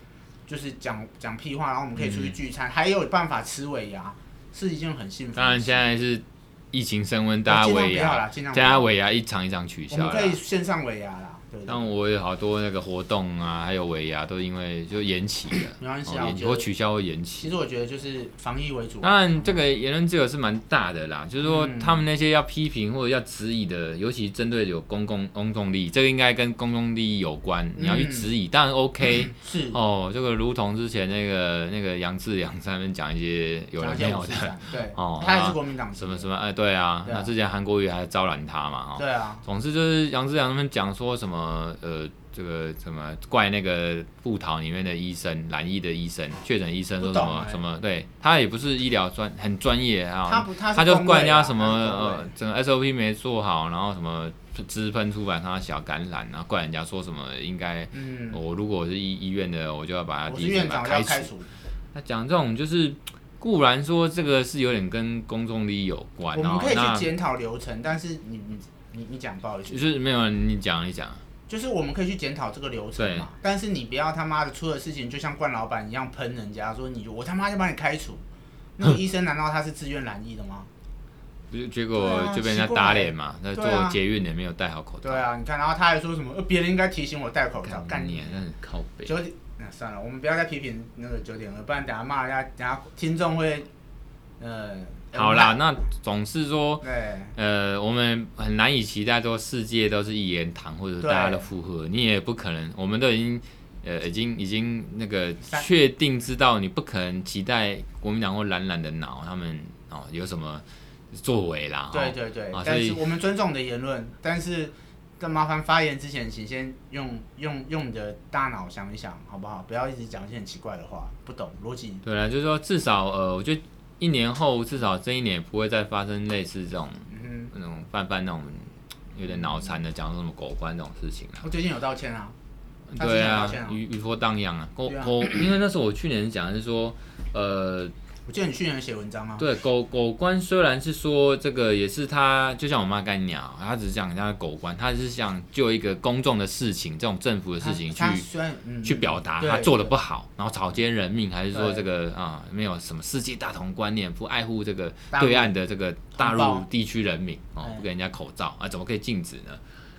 Speaker 2: 就是讲讲屁
Speaker 1: 嗯
Speaker 2: 话，然后我们可以出去聚餐，还有办法吃尾牙，是一件很幸福的事。
Speaker 1: 当然现在是疫情升温，大家
Speaker 2: 嗯哦尽量
Speaker 1: 尾
Speaker 2: 不要
Speaker 1: 牙，
Speaker 2: 啦，尽
Speaker 1: 大
Speaker 2: 量不要
Speaker 1: 家尾牙一场一场取消
Speaker 2: 我们
Speaker 1: 啦
Speaker 2: 可。以线上尾牙啦，对不对？
Speaker 1: 但我有好多那个活动啊，还有尾牙都因为就延期了，
Speaker 2: 没关系
Speaker 1: 哦
Speaker 2: 啊我
Speaker 1: 延
Speaker 2: 觉
Speaker 1: 期
Speaker 2: 得
Speaker 1: 或取消或延
Speaker 2: 其
Speaker 1: 期。
Speaker 2: 实我觉得就是防疫为主，啊
Speaker 1: 当然，这个言论自由是蛮大的啦，就是说
Speaker 2: 嗯
Speaker 1: 他们那些要批评或者要质疑的，尤其针对有公共公众利益，这个应该跟公众利益有关，你要去
Speaker 2: 嗯
Speaker 1: 质疑，当然 OK。
Speaker 2: 是
Speaker 1: 哦，这个如同之前那个那个杨志良在那边讲一些有
Speaker 2: 讲
Speaker 1: 人
Speaker 2: 一
Speaker 1: 没
Speaker 2: 些
Speaker 1: 有
Speaker 2: 五四
Speaker 1: 的
Speaker 2: 三，对
Speaker 1: 哦，
Speaker 2: 他也是国民党籍
Speaker 1: 什
Speaker 2: 的
Speaker 1: 么什么，哎，对啊，
Speaker 2: 对啊
Speaker 1: 那之前韩国瑜还招揽他嘛，哦，
Speaker 2: 对啊，
Speaker 1: 总之就是杨志良他们讲说什么，呃，这个什么怪那个布桃里面的医生，蓝医的医生，确诊医生说什
Speaker 2: 不懂
Speaker 1: 么
Speaker 2: 哎
Speaker 1: 什么，对他也不是医疗专很专业啊，
Speaker 2: 他不他
Speaker 1: 他
Speaker 2: 他
Speaker 1: 就怪人家什么
Speaker 2: 呃
Speaker 1: 呃，整个 SOP 没做好，然后什么支喷出版他小感染，然后怪人家说什么应该
Speaker 2: 嗯，
Speaker 1: 我哦如果我是医医院的，我就要把他
Speaker 2: 我
Speaker 1: 第
Speaker 2: 是
Speaker 1: 一
Speaker 2: 院
Speaker 1: 把
Speaker 2: 长
Speaker 1: 他
Speaker 2: 我要
Speaker 1: 开
Speaker 2: 开
Speaker 1: 除。
Speaker 2: 除，
Speaker 1: 那讲这种就是固然说这个是有点跟公众利益有关
Speaker 2: 我们
Speaker 1: 哦，
Speaker 2: 可以去
Speaker 1: 那
Speaker 2: 检讨流程，但是你你你你讲不好意思
Speaker 1: 就，是没有你讲你讲，
Speaker 2: 就是我们可以去检讨这个流程嘛，但是你不要他妈的出了事情就像冠老板一样喷人家说你我他妈就把你开除，那个医生难道他是自愿染疫的吗？
Speaker 1: 就结果
Speaker 2: 对啊
Speaker 1: 就被人家打脸嘛。那
Speaker 2: 对啊
Speaker 1: 做捷运也没有戴好口罩，
Speaker 2: 对啊，你看，然后他还说什么呃别人应该提醒我戴口罩，干
Speaker 1: 干
Speaker 2: 你
Speaker 1: 你啊，那很靠北。
Speaker 2: 九点，那、算了，我们不要再批评那个九点二，不然等下骂人家，等下听众会，呃，
Speaker 1: 好啦，，那总是说。
Speaker 2: 对，
Speaker 1: 呃，我们很难以期待说世界都是一言堂或者
Speaker 2: 对
Speaker 1: 大家的附和，你也不可能，我们都已经呃已经已经那个
Speaker 2: 三
Speaker 1: 确定知道你不可能期待国民党或蓝蓝的脑他们哦有什么作为啦，哦
Speaker 2: 对对对，
Speaker 1: 啊所
Speaker 2: 但是
Speaker 1: 以
Speaker 2: 我们尊重你的言论，但是更麻烦发言之前，请先用用用你的大脑想一想，好不好？不要一直讲一些很奇怪的话，不懂逻辑，
Speaker 1: 对啦，就是说至少呃，我觉得一年后至少这一年不会再发生类似这种
Speaker 2: 嗯
Speaker 1: 那种泛泛那种有点脑残的讲什么狗官这种事情啦
Speaker 2: 哼，。我最近有道歉啊，他之
Speaker 1: 对
Speaker 2: 前有道
Speaker 1: 啊
Speaker 2: 歉啊，
Speaker 1: 余余波荡漾啊，狗
Speaker 2: 对啊
Speaker 1: 狗，因为那时候我去年讲的是说，呃，
Speaker 2: 我记得你去年写文章啊，
Speaker 1: 对狗狗官虽然是说这个也是他，就像我妈干鸟，他只是讲人家的狗官，他是想就一个公众的事情，这种政府的事情去
Speaker 2: 他他虽然、嗯、
Speaker 1: 去表达
Speaker 2: 对
Speaker 1: 他做的不好，然后草菅人命，还是说
Speaker 2: 对
Speaker 1: 这个啊、没有什么世界大同观念，不爱护这个
Speaker 2: 大陆
Speaker 1: 对岸的这个大陆
Speaker 2: 同胞
Speaker 1: 地区人民哦
Speaker 2: 哎，
Speaker 1: 不给人家口罩啊，怎么可以禁止呢？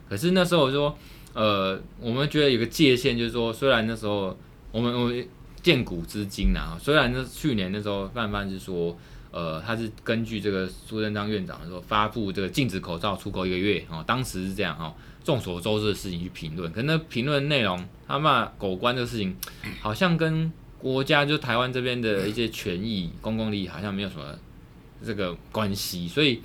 Speaker 1: 可是那时候我说，呃，我们觉得有个界限，就是说，虽然那时候我们我们见古知今啊，虽然那去年那时候范范是说。呃，他是根据这个苏贞昌院长说发布这个禁止口罩出口一个月哦，当时是这样哦，众所周知的事情去评论，可那评论内容他骂狗官这个事情， 好像跟国家就台湾这边的一些权益、公共利益好像没有什么这个关系，所以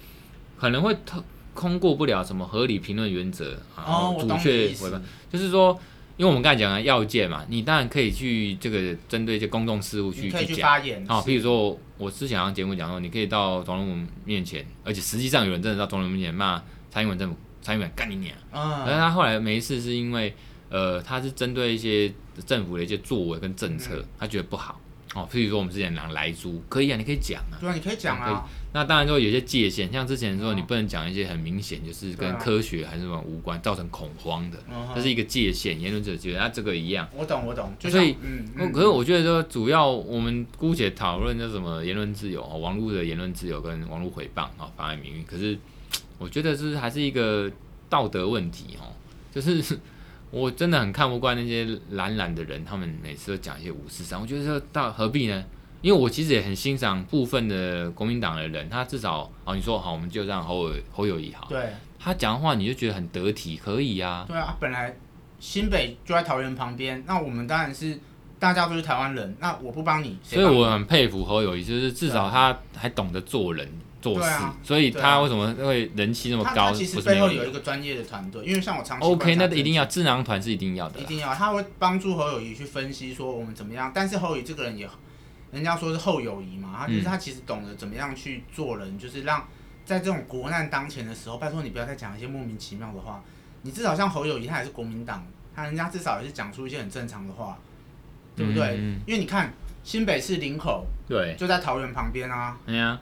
Speaker 1: 可能会通通过不了什么合理评论原则啊
Speaker 2: 哦，，我
Speaker 1: 主
Speaker 2: 懂你的
Speaker 1: 确
Speaker 2: 意
Speaker 1: 回
Speaker 2: 思，
Speaker 1: 就是说，因为我们刚才讲的要件嘛，你当然可以去这个针对一些公众事务去
Speaker 2: 你可以去
Speaker 1: 讲。哦
Speaker 2: 发言，
Speaker 1: 好，
Speaker 2: 是
Speaker 1: 譬如说，我之前好像节目讲说，你可以到总统府面前，而且实际上有人真的到总统府面前骂蔡英文政府，蔡英文干你娘！可是
Speaker 2: 嗯，
Speaker 1: 他后来没事，是因为呃，他是针对一些政府的一些作为跟政策，
Speaker 2: 嗯
Speaker 1: 他觉得不好。哦，譬如说我们之前讲莱猪，可以啊，你可以讲啊。
Speaker 2: 对啊，你可以讲
Speaker 1: 可以
Speaker 2: 啊，
Speaker 1: 那当然说有些界限，像之前说你
Speaker 2: 哦
Speaker 1: 不能讲一些很明显就是
Speaker 2: 对
Speaker 1: 跟
Speaker 2: 啊
Speaker 1: 科学还是什么无关，造成恐慌的，
Speaker 2: 嗯哼
Speaker 1: 这是一个界限，言论自由界限。啊那这个一样。
Speaker 2: 我懂我懂，就
Speaker 1: 所
Speaker 2: 像
Speaker 1: 以
Speaker 2: 嗯，
Speaker 1: 那
Speaker 2: 嗯
Speaker 1: 哦可是我觉得说，主要我们姑且讨论那什么言论自由、哦网络的言论自由跟网络诽谤啊、妨碍名誉。可是我觉得是还是一个道德问题哦，就是 我真的很看不惯那些懒懒的人，他们每次都讲一些五四三，我觉得说到何必呢？因为我其实也很欣赏部分的国民党的人，他至少哦，你说好，我们就让侯友侯友谊好，
Speaker 2: 嗯对
Speaker 1: 他讲话你就觉得很得体，可以啊，
Speaker 2: 对啊，本来新北就在桃园旁边，那我们当然是大家都是台湾人，那我不帮你，谁
Speaker 1: 所以
Speaker 2: 帮你
Speaker 1: 我很佩服侯友谊，就是至少他还懂得做人做事，
Speaker 2: 啊对啊
Speaker 1: 所以
Speaker 2: 对
Speaker 1: 他
Speaker 2: 啊
Speaker 1: 为什么会人气那么
Speaker 2: 他
Speaker 1: 高？
Speaker 2: 他其实
Speaker 1: 不是
Speaker 2: 背后
Speaker 1: 没
Speaker 2: 有一
Speaker 1: 理由
Speaker 2: 个专业的团队，因为像我长期
Speaker 1: OK，
Speaker 2: 观察
Speaker 1: 那一定要智囊团是一定要的
Speaker 2: 一
Speaker 1: 啦，
Speaker 2: 定要，他会帮助侯友谊去分析说我们怎么样，但是侯友谊这个人也，人家说是后友谊嘛，他就是
Speaker 1: 嗯
Speaker 2: 他其实懂得怎么样去做人，就是让在这种国难当前的时候，拜托你不要再讲一些莫名其妙的话，你至少像侯友谊，他也是国民党，他人家至少也是讲出一些很正常的话，对不对？
Speaker 1: 嗯嗯
Speaker 2: 因为你看新北市林口
Speaker 1: 对，
Speaker 2: 就在桃园旁边啊，
Speaker 1: 哎呀，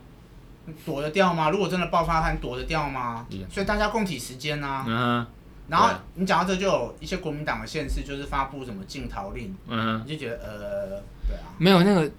Speaker 2: 躲得掉吗？如果真的爆发它，你躲得掉吗
Speaker 1: 一样？
Speaker 2: 所以大家共体时间啊。
Speaker 1: 嗯哼
Speaker 2: 然后
Speaker 1: 对啊
Speaker 2: 你讲到这，就有一些国民党的县市就是发布什么禁逃令，
Speaker 1: 嗯哼，
Speaker 2: 你就觉得呃，对啊，
Speaker 1: 没有那个，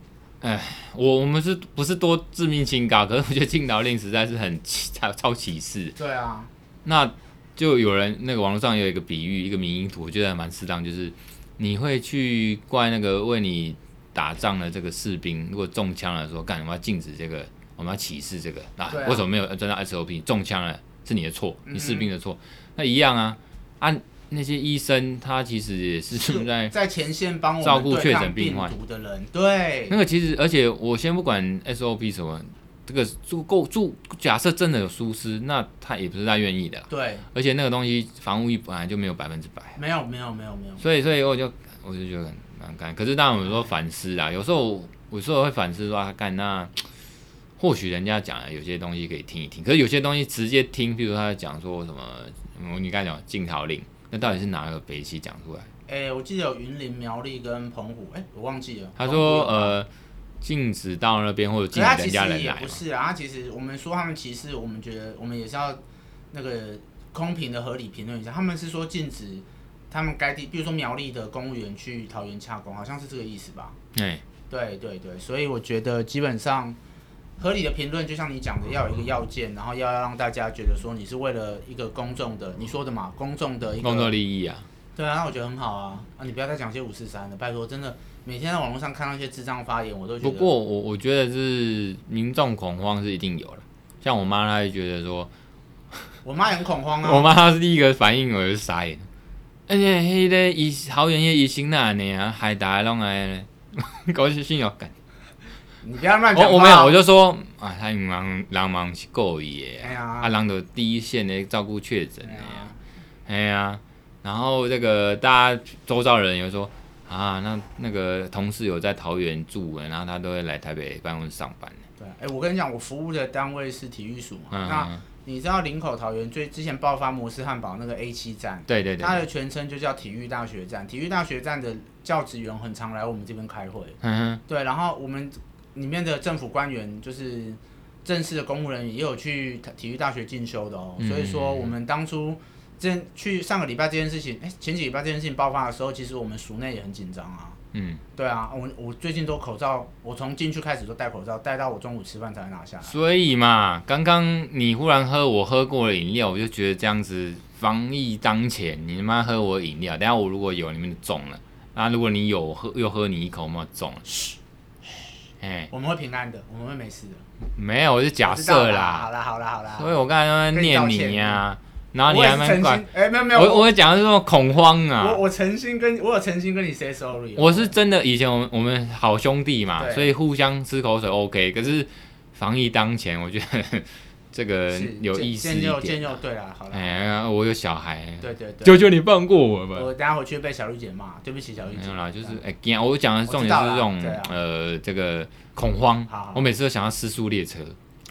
Speaker 1: 哎我我们是不是多致命清高？可是我觉得禁导令实在是很歧超超歧视。
Speaker 2: 对啊，
Speaker 1: 那就有人那个网络上有一个比喻，一个迷因图，我觉得还蛮适当，就是你会去怪那个为你打仗的这个士兵，如果中枪了说干，我们要禁止这个，我们要歧视这个，那、
Speaker 2: 对啊
Speaker 1: 为什么没有遵照 SOP？中枪了是你的错，
Speaker 2: 嗯
Speaker 1: 你士兵的错，那一样啊啊！那些医生他其实也是 在
Speaker 2: 在前线帮我
Speaker 1: 哎照顾
Speaker 2: 们
Speaker 1: 确
Speaker 2: 对
Speaker 1: 诊
Speaker 2: 抗
Speaker 1: 病
Speaker 2: 病
Speaker 1: 患
Speaker 2: 毒的人，对
Speaker 1: 那，个其实，而且我先不管 SOP 什么，这个住够住，假设真的有疏失，那他也不是他愿意的啦，
Speaker 2: 对，
Speaker 1: 而且那个东西防护力本来就没有百分之百。
Speaker 2: 没有没有没有没有，
Speaker 1: 所以，所以我就我就觉得很蛮干。可是当然，有时候反思啊，有时候有时候会反思说，啊，干那或许人家讲的有些东西可以听一听，可是有些东西直接听，比如他讲说什么，嗯你刚才讲禁逃令，那到底是哪个北西讲出来？
Speaker 2: 哎，我记得有云林、苗栗跟澎湖，哎，我忘记了。
Speaker 1: 他
Speaker 2: 澎湖
Speaker 1: 说
Speaker 2: 有
Speaker 1: 呃，禁止到那边或者
Speaker 2: 可是
Speaker 1: 禁
Speaker 2: 他
Speaker 1: 止
Speaker 2: 其
Speaker 1: 人
Speaker 2: 实
Speaker 1: 家人
Speaker 2: 也
Speaker 1: 来
Speaker 2: 不
Speaker 1: 嘛。
Speaker 2: 是啊，他其实我们说他们歧视，我们觉得我们也是要那个公平的合理评论一下。他们是说禁止他们该地，比如说苗栗的公务员去桃园洽公，好像是这个意思吧？
Speaker 1: 哎，
Speaker 2: 对对对，所以我觉得基本上合理的评论，就像你讲的，要有一个要件，然后要让大家觉得说你是为了一个公众的，你说的嘛，公众的一
Speaker 1: 工
Speaker 2: 个
Speaker 1: 作利益啊，
Speaker 2: 对啊，那我觉得很好啊啊！你不要再讲些五四三了，拜托，真的每天在网络上看到一些智障发言，我都觉得
Speaker 1: 不过我我觉得是民众恐慌是一定有了。像我妈，她就觉得说，
Speaker 2: 我妈也很恐慌啊。
Speaker 1: 我妈她是第一个反应，我就傻眼。而且迄个医桃园迄医生那呢啊，海大拢来呢，搞些信用感。
Speaker 2: 你不要乱讲
Speaker 1: 哦
Speaker 2: 话啊。
Speaker 1: 我我没有，我就说啊，他忙人忙是够耶，
Speaker 2: 哎呀
Speaker 1: 啊，人就第一线的照顾确诊的
Speaker 2: 哎
Speaker 1: 呀
Speaker 2: 呀，
Speaker 1: 哎呀，然后这个大家周遭的人有说啊，那那个同事有在桃园住的，然后他都会来台北办公室上班。
Speaker 2: 对，哎、我跟你讲，我服务的单位是体育署嘛。那
Speaker 1: 嗯，
Speaker 2: 你知道林口桃园最之前爆发摩斯汉堡那个 A 七站，啊
Speaker 1: 对对对
Speaker 2: 它，的全称就叫体育大学站。体育大学站的教职员很常来我们这边开会。
Speaker 1: 嗯哼，
Speaker 2: 对，然后我们里面的政府官员就是正式的公务人员，也有去体育大学进修的哦。
Speaker 1: 嗯
Speaker 2: 所以说，我们当初这去上个礼拜这件事情，哎、前几个礼拜这件事情爆发的时候，其实我们署内也很紧张啊。
Speaker 1: 嗯，
Speaker 2: 对啊，我我最近都口罩，我从进去开始都戴口罩，戴到我中午吃饭才能拿下来。
Speaker 1: 所以嘛，刚刚你忽然喝我喝过的饮料，我就觉得这样子防疫当前，你他妈喝我饮料，等一下我如果有你们中了，那如果你有喝又喝你一口，我们中了，哎，
Speaker 2: 我们会平安的，我们会没事的。
Speaker 1: 没有，我是假
Speaker 2: 我知道
Speaker 1: 设
Speaker 2: 好
Speaker 1: 啦，
Speaker 2: 啦好啦好啦。
Speaker 1: 所以我刚才在那边念你呀、然后你
Speaker 2: 我也
Speaker 1: 还
Speaker 2: 是
Speaker 1: 蛮
Speaker 2: 诚
Speaker 1: 怪，
Speaker 2: 心，哎，没有没有，
Speaker 1: 我
Speaker 2: 我
Speaker 1: 我讲的这种恐慌啊，
Speaker 2: 我我诚心跟我有诚心跟你 say sorry 哦。
Speaker 1: 我是真的，以前我们我们好兄弟嘛，
Speaker 2: 对
Speaker 1: 所以互相吃口水 OK。可是防疫当前，我觉得这个
Speaker 2: 是
Speaker 1: 有
Speaker 2: 见
Speaker 1: 意思
Speaker 2: 见
Speaker 1: 一
Speaker 2: 就见
Speaker 1: 点。
Speaker 2: 就对啦，好啦。
Speaker 1: 哎呀，我有小孩，
Speaker 2: 对对对，
Speaker 1: 求求你放过我吧。
Speaker 2: 我等下回去被小绿姐骂，对不起小绿
Speaker 1: 没
Speaker 2: 姐
Speaker 1: 有。啦，就是哎，惊我讲的重点是这
Speaker 2: 我
Speaker 1: 种
Speaker 2: 知道啦对啊
Speaker 1: 呃，这个恐慌
Speaker 2: 好好。
Speaker 1: 我每次都想要失速列车，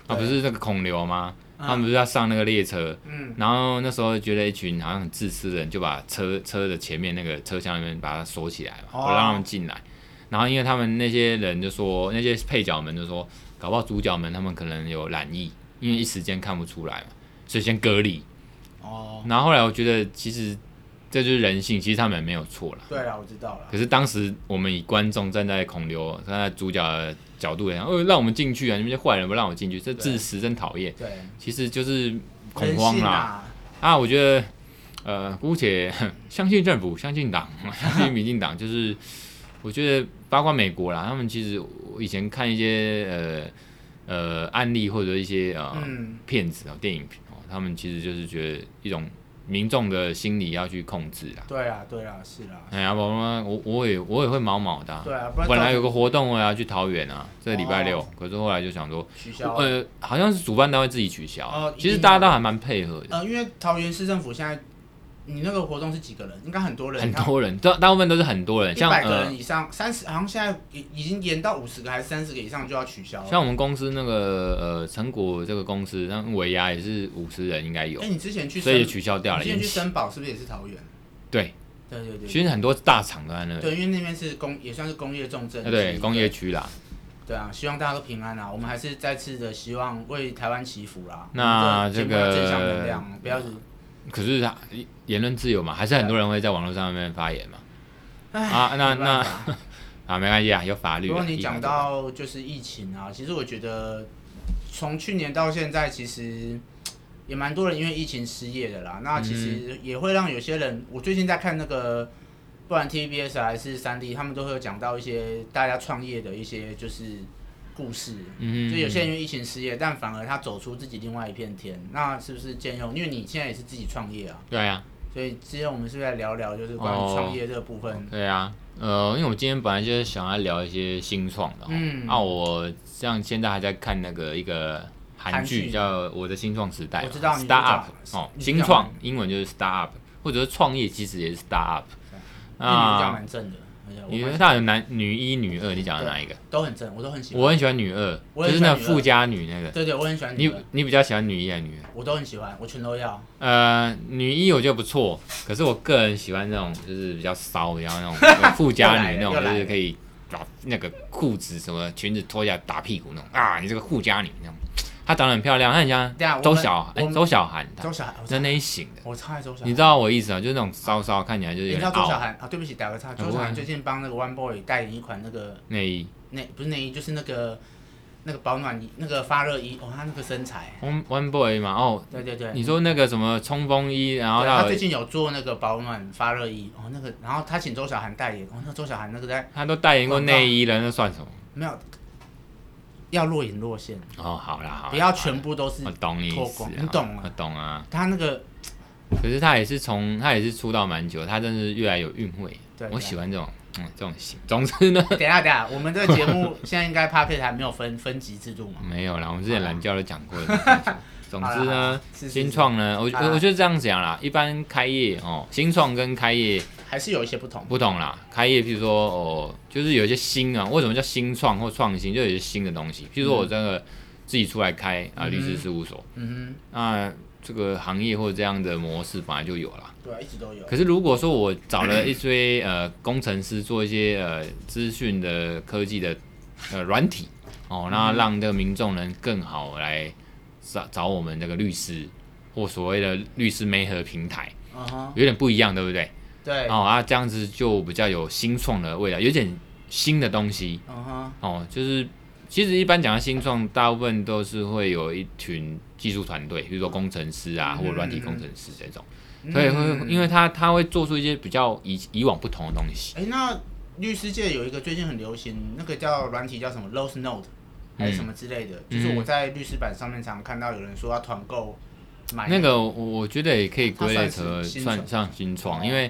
Speaker 1: 啊，不
Speaker 2: 对
Speaker 1: 是那个孔流吗？
Speaker 2: 嗯
Speaker 1: 他们不是要上那个列车，
Speaker 2: 嗯，
Speaker 1: 然后那时候觉得一群好像很自私的人，就把车车的前面那个车厢里面把它锁起来嘛，
Speaker 2: 哦
Speaker 1: 不让他们进来。然后因为他们那些人就说，那些配角们就说，搞不好主角们他们可能有染疫，因为一时间看不出来嘛，所以先隔离。
Speaker 2: 哦，
Speaker 1: 然后后来我觉得其实这就是人性，其实他们也没有错啦。
Speaker 2: 对啦，我知道了。
Speaker 1: 可是当时我们以观众站在孔刘站在主角的角度来讲，呃，让我们进去啊，你们这些坏人不让我进去，这自私真讨厌。
Speaker 2: 对，
Speaker 1: 其实就是恐
Speaker 2: 人
Speaker 1: 慌
Speaker 2: 性
Speaker 1: 啦。
Speaker 2: 啊，
Speaker 1: 啊，我觉得，呃，姑且 相信政府，相信党，相信民进党，就是我觉得包括美国啦，他们其实我以前看一些呃呃案例或者一些呃、
Speaker 2: 嗯，
Speaker 1: 骗子哦电影哦，他们其实就是觉得一种民众的心理要去控制啦。
Speaker 2: 对啦对啦是啦，
Speaker 1: 哎呀，我我我也我也会毛毛的啊、
Speaker 2: 对啊，不然
Speaker 1: 本来
Speaker 2: 到
Speaker 1: 有个活动我也要去桃园啊，这礼拜六，
Speaker 2: 哦
Speaker 1: 可是后来就想说，
Speaker 2: 底取消。
Speaker 1: 呃，好像是主办单位自己取消，
Speaker 2: 哦
Speaker 1: 其
Speaker 2: 一
Speaker 1: 实
Speaker 2: 定
Speaker 1: 大家
Speaker 2: 要
Speaker 1: 都
Speaker 2: 的
Speaker 1: 还蛮配合的。
Speaker 2: 呃，因为桃园市政府现在，你那个活动是几个人？应该很多人，
Speaker 1: 很多人，大大部分都是很多人，
Speaker 2: 一
Speaker 1: 像
Speaker 2: 百个
Speaker 1: 呃
Speaker 2: 人，以上，三十、好像现在已已经延到五十个还是三十个以上就要取消了。
Speaker 1: 像我们公司那个呃成果这个公司，像尾牙也是五十人应该有
Speaker 2: 哎、，你之前去
Speaker 1: 所
Speaker 2: 森，
Speaker 1: 以也取消掉了
Speaker 2: 你之。哦前去
Speaker 1: 延期
Speaker 2: 森宝是不是也是桃园？
Speaker 1: 对，
Speaker 2: 对对对
Speaker 1: 其实很多大厂都在那
Speaker 2: 对，
Speaker 1: 里，
Speaker 2: 对，因为那边是工，也算是工业重镇。
Speaker 1: 呃对工业。区啦。
Speaker 2: 对啊，希望大家都平安啊！我们还是再次的希望为台湾祈福啦。
Speaker 1: 那
Speaker 2: 我们这
Speaker 1: 这
Speaker 2: 节目要
Speaker 1: 个
Speaker 2: 正向能量，不要只
Speaker 1: 可是他言论自由嘛，还是很多人会在网络上面发言嘛。
Speaker 2: 唉
Speaker 1: 啊，那
Speaker 2: 没办
Speaker 1: 那
Speaker 2: 法
Speaker 1: 啊，没关系啊，有法律啊。
Speaker 2: 如果你讲
Speaker 1: 依法
Speaker 2: 到就是疫情啊，其实我觉得从去年到现在，其实也蛮多人因为疫情失业的啦。那其
Speaker 1: 嗯
Speaker 2: 实也会让有些人，我最近在看那个，不管 TBS 啊还是三 D，他们都会有讲到一些大家创业的一些就是故事。
Speaker 1: 嗯，
Speaker 2: 就有些人因为疫情失业，但反而他走出自己另外一片天，那是不是兼用？因为你现在也是自己创业啊，
Speaker 1: 对啊，
Speaker 2: 所以之前我们是不是来聊聊就是关于
Speaker 1: 哦
Speaker 2: 创业这个部分？
Speaker 1: 对啊，呃，因为我们今天本来就是想要聊一些新创的哦，
Speaker 2: 嗯
Speaker 1: 啊，我像现在还在看那个一个韩
Speaker 2: 韩剧
Speaker 1: 剧叫《我的新创时代》嘛，
Speaker 2: 我知道你
Speaker 1: Start Up
Speaker 2: 就讲
Speaker 1: 哦，
Speaker 2: 你就
Speaker 1: 新
Speaker 2: 讲
Speaker 1: 创英文就是 Start Up，或者是创业其实也是 Start Up
Speaker 2: 因为你比较
Speaker 1: 啊。
Speaker 2: 蛮正的，而且我
Speaker 1: 你
Speaker 2: 蛮
Speaker 1: 们到底有男女一女二？你讲的哪一个？
Speaker 2: 都很正，我都很喜欢。
Speaker 1: 我很喜欢女二，
Speaker 2: 我
Speaker 1: 就
Speaker 2: 也
Speaker 1: 是
Speaker 2: 喜欢
Speaker 1: 那
Speaker 2: 女二
Speaker 1: 富家女那个。
Speaker 2: 对对，我很喜欢女
Speaker 1: 你
Speaker 2: 的，
Speaker 1: 你比较喜欢女一还是女二？
Speaker 2: 我都很喜欢，我全都要。
Speaker 1: 呃，女一我觉得不错，可是我个人喜欢那种就是比较骚，然后那 种富家女那种，
Speaker 2: 又来了又
Speaker 1: 就
Speaker 2: 来了
Speaker 1: 是可以把那个裤子什么裙子脱下来打屁股那种啊，你这个富家女那种，她长得很漂亮，她很
Speaker 2: 对啊
Speaker 1: 像
Speaker 2: 我们
Speaker 1: 周小哎、
Speaker 2: 我们
Speaker 1: 周小涵，她
Speaker 2: 周小涵，我
Speaker 1: 就
Speaker 2: 真
Speaker 1: 那一型的，
Speaker 2: 我超爱周小
Speaker 1: 你
Speaker 2: 涵。
Speaker 1: 知道我意思吗？就是那种骚骚，看起来就是
Speaker 2: 你
Speaker 1: 有
Speaker 2: 知
Speaker 1: 点
Speaker 2: 道周小
Speaker 1: 傲
Speaker 2: 涵啊？对不起，打个岔。
Speaker 1: 不
Speaker 2: 周
Speaker 1: 会
Speaker 2: 小涵最近帮那个 One Boy 代言一款那个
Speaker 1: 内衣。
Speaker 2: 内不是内衣，就是那个那个保暖衣、那个发热衣。哦，他那个身材，
Speaker 1: One One Boy 嘛，哦，
Speaker 2: 对对对。
Speaker 1: 你说那个什么冲锋衣，然后
Speaker 2: 对
Speaker 1: 到
Speaker 2: 他最近有做那个保暖发热衣，哦，那个，然后他请周小涵代言，哦，那周小涵那个在
Speaker 1: 她都代言过内衣了，那算什么？
Speaker 2: 没有，要若隐若现，
Speaker 1: 哦，好啦好啦，
Speaker 2: 不要
Speaker 1: 好啦
Speaker 2: 全部都是
Speaker 1: 我懂你意
Speaker 2: 脱
Speaker 1: 思啊
Speaker 2: 光，你懂啊
Speaker 1: 我懂啊。
Speaker 2: 他那个，
Speaker 1: 可是他也是从他也是出道蛮久，他真的是越来有韵味。
Speaker 2: 对，
Speaker 1: 我
Speaker 2: 对
Speaker 1: 喜欢这种嗯这种型。总之 呢，
Speaker 2: 等一下，等一下，我们这个节目现在应该 p a p 还没有分分级制度嘛？
Speaker 1: 没有啦，我们之前懒觉都讲过了。总
Speaker 2: 好啦
Speaker 1: 之
Speaker 2: 好
Speaker 1: 呢
Speaker 2: 啦，是是
Speaker 1: 新创呢，我
Speaker 2: 好啦
Speaker 1: 我我就这样讲啦。一般开业哦，新创跟开业
Speaker 2: 还是有一些不同。
Speaker 1: 不同啦。开业譬如说哦，就是有一些新啊，为什么叫新创或创新？就有一些新的东西。譬如说我这个自己出来开啊，
Speaker 2: 嗯
Speaker 1: 律师事务所，
Speaker 2: 嗯
Speaker 1: 那这个行业或者这样的模式本来就有啦。
Speaker 2: 哼，对啊，一直都有。
Speaker 1: 可是如果说我找了一堆呃工程师做一些呃资讯的科技的呃软体哦，那让这个民众能更好来找找我们这个律师或所谓的律师媒合平台，
Speaker 2: 嗯哼，
Speaker 1: 有点不一样，对不对？
Speaker 2: 对，
Speaker 1: 哦啊，这样子就比较有新创的未来，有点新的东西
Speaker 2: 嗯哼，
Speaker 1: 哦，就是。其实一般讲到新创，大部分都是会有一群技术团队，比如说工程师啊，或者软体
Speaker 2: 嗯
Speaker 1: 工程师这种。所以会，因
Speaker 2: 为
Speaker 1: 为他他会做出一些比较以以往不同的东西。
Speaker 2: 哎，那律师界有一个最近很流行，那个叫软体叫什么 Lost Note 还是什么之类
Speaker 1: 嗯
Speaker 2: 的，就是我在律师版上面常看到有人说要团购买
Speaker 1: 那个我我觉得也可以归类
Speaker 2: 它
Speaker 1: 成
Speaker 2: 哎算是新
Speaker 1: 算上新创，
Speaker 2: 哦
Speaker 1: 因为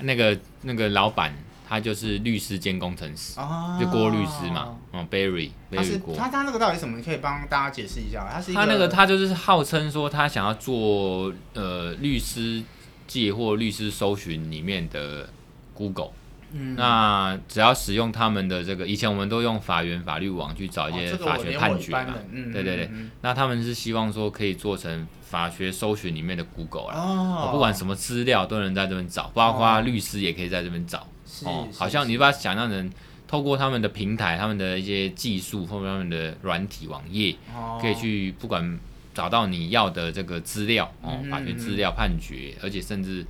Speaker 1: 那个那个老板他就是律师兼工程师，
Speaker 2: 啊，
Speaker 1: 就郭律师嘛，，嗯，Barry
Speaker 2: 哦他是
Speaker 1: Barry 郭。
Speaker 2: 他他那个到底什么？你可以帮大家解释一下。他是一哦
Speaker 1: 他那个他就是号称说他想要做呃律师界或律师搜寻里面的 Google，、
Speaker 2: 嗯，
Speaker 1: 那只要使用他们的这个，以前我们都用法源法律网去找
Speaker 2: 哦
Speaker 1: 一些
Speaker 2: 这个
Speaker 1: 法
Speaker 2: 我
Speaker 1: 学
Speaker 2: 连
Speaker 1: 判
Speaker 2: 我
Speaker 1: 决
Speaker 2: 班
Speaker 1: 嘛，
Speaker 2: 人，嗯，
Speaker 1: 对对对
Speaker 2: 嗯，
Speaker 1: 那他们是希望说可以做成法学搜寻里面的 Google 啦，
Speaker 2: 嗯哦，
Speaker 1: 不管什么资料都能在这边找，包括律师也可以在这边找。
Speaker 2: 是
Speaker 1: 哦，
Speaker 2: 是
Speaker 1: 好像你把它想象成透过他们的平台、他们的一些技术或者他们的软体网页，
Speaker 2: 哦
Speaker 1: 可以去不管找到你要的这个资料哦
Speaker 2: 嗯，嗯
Speaker 1: 法学资料、判决，而且甚至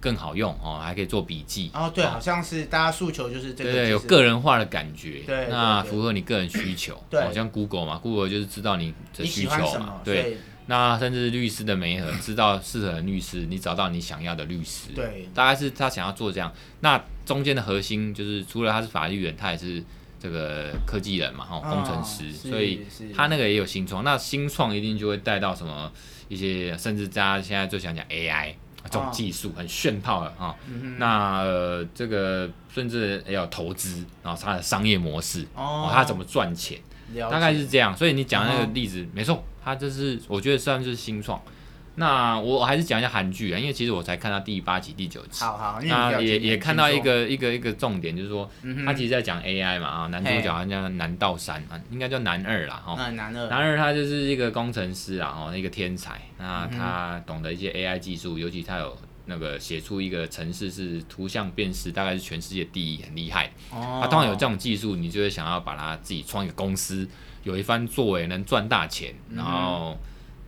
Speaker 1: 更好用哦，还可以做笔记。
Speaker 2: 哦，对，好像是大家诉求就是这个，
Speaker 1: 对对，有
Speaker 2: 就是
Speaker 1: 个人化的感觉，
Speaker 2: 对对
Speaker 1: 那
Speaker 2: 对
Speaker 1: 符合你个人需求，
Speaker 2: 对
Speaker 1: 哦像 Google 嘛，Google 就是知道你的
Speaker 2: 你
Speaker 1: 需
Speaker 2: 喜
Speaker 1: 求
Speaker 2: 欢什
Speaker 1: 嘛
Speaker 2: 么，，
Speaker 1: 对，那甚至律师的媒合，知道适合的律师，你找到你想要的律师，
Speaker 2: 所以，对，
Speaker 1: 大概是他想要做这样。那中间的核心就是，除了他是法律人，他也是这个科技人嘛，哈、
Speaker 2: 啊
Speaker 1: 工程师，
Speaker 2: 是
Speaker 1: 所以
Speaker 2: 是
Speaker 1: 他那个也有新创。那新创一定就会带到什么一些，甚至大家现在最想讲 AI 这种
Speaker 2: 啊
Speaker 1: 技术，很炫炮的哈。
Speaker 2: 嗯哼
Speaker 1: 那、呃、这个甚至也有投资，然后它的商业模式，
Speaker 2: 哦
Speaker 1: 哦，它怎么赚钱。
Speaker 2: 了解
Speaker 1: 大概是这样。所以你讲那个
Speaker 2: 嗯哼
Speaker 1: 例子、没错，它就是我觉得算是新创。那我还是讲一下韩剧啊，因为其实我才看到第八集、第九集。
Speaker 2: 好好，因为你比
Speaker 1: 那
Speaker 2: 较
Speaker 1: 也
Speaker 2: 经验
Speaker 1: 也看到一，
Speaker 2: 轻
Speaker 1: 个一个一个重点，就是说，
Speaker 2: 松嗯哼
Speaker 1: 他其实在讲 AI 嘛啊，男主角好像叫南道山啊，应该叫南二啦哈。
Speaker 2: 嗯男二，
Speaker 1: 南二他就是一个工程师啊，哦，一个天才。那
Speaker 2: 嗯
Speaker 1: 他懂得一些 AI 技术，尤其他有那个写出一个城市是图像辨识，大概是全世界第一，很厉害。
Speaker 2: 哦
Speaker 1: 啊，当然有这种技术，你就会想要把它自己创一个公司，有一番作为，能赚大钱，然后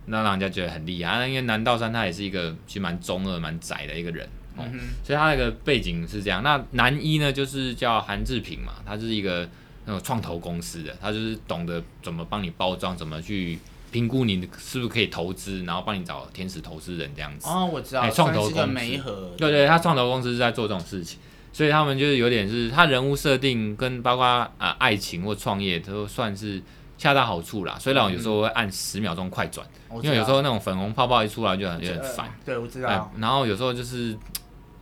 Speaker 1: 那让人家觉得很厉害。啊因为南道山他也是一个其实蛮中二、蛮宅的一个人，哦
Speaker 2: 嗯哼，
Speaker 1: 所以他那个背景是这样。那男一呢，就是叫韩志平嘛，他是一个那种创投公司的，他就是懂得怎么帮你包装，怎么去评估你是不是可以投资，然后帮你找天使投资人这样子。
Speaker 2: 哦，我知道，
Speaker 1: 哎创投
Speaker 2: 算是个
Speaker 1: 公司
Speaker 2: 媒合，
Speaker 1: 对对，他创投公司是在做这种事情，所以他们就是有点是他人物设定跟包括啊、呃爱情或创业都算是恰到好处啦。虽嗯然我有时候会按十秒钟快转，
Speaker 2: 我知道
Speaker 1: 因为有时候那种粉红泡泡一出来就很有点
Speaker 2: 呃
Speaker 1: 烦。
Speaker 2: 对，我知
Speaker 1: 哎
Speaker 2: 道，
Speaker 1: 然后有时候就是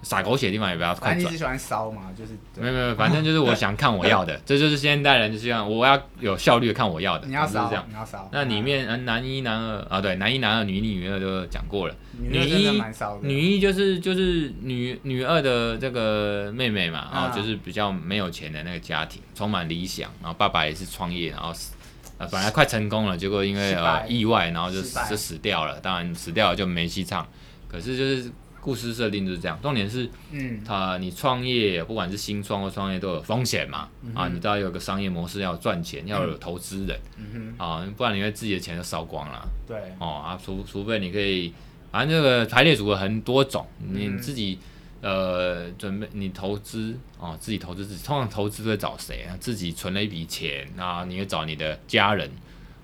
Speaker 1: 撒狗血的地方也不要快
Speaker 2: 反正
Speaker 1: 转
Speaker 2: 你。是喜欢骚嘛，就是对
Speaker 1: 没有没有，反正就是我想看我要 的，这就是现代人就是这样，我要有效率地看我要哦的，
Speaker 2: 你要
Speaker 1: 就是
Speaker 2: 骚
Speaker 1: 这样。，
Speaker 2: 你要骚，
Speaker 1: 那里面呃男一男二啊，对，男一男二女一女二都讲过了。
Speaker 2: 女的真的
Speaker 1: 女一
Speaker 2: 蛮骚的，
Speaker 1: 女一就是就是女女二的这个妹妹嘛，啊、
Speaker 2: 啊
Speaker 1: 就是比较没有钱的那个家庭，充满理想，然后爸爸也是创业，然后死呃本来快成功了，结果因为
Speaker 2: 失败
Speaker 1: 呃意外，然后就
Speaker 2: 失败
Speaker 1: 就死掉了。当然死掉了就没戏唱，可是就是故事设定就是这样，重点是
Speaker 2: 嗯，
Speaker 1: 啊、你创业不管是新创或创业都有风险嘛，
Speaker 2: 嗯
Speaker 1: 啊，你都要有个商业模式，要有赚钱，要有投资人、
Speaker 2: 嗯
Speaker 1: 啊，不然你会自己的钱就烧光了。
Speaker 2: 哼，对，
Speaker 1: 哦啊，除除非你可以，反正这个排列组合很多种，你
Speaker 2: 嗯
Speaker 1: 自己、呃准备你投资哦，自己投资自己，通常投资都会找谁啊？自己存了一笔钱，那你会找你的家人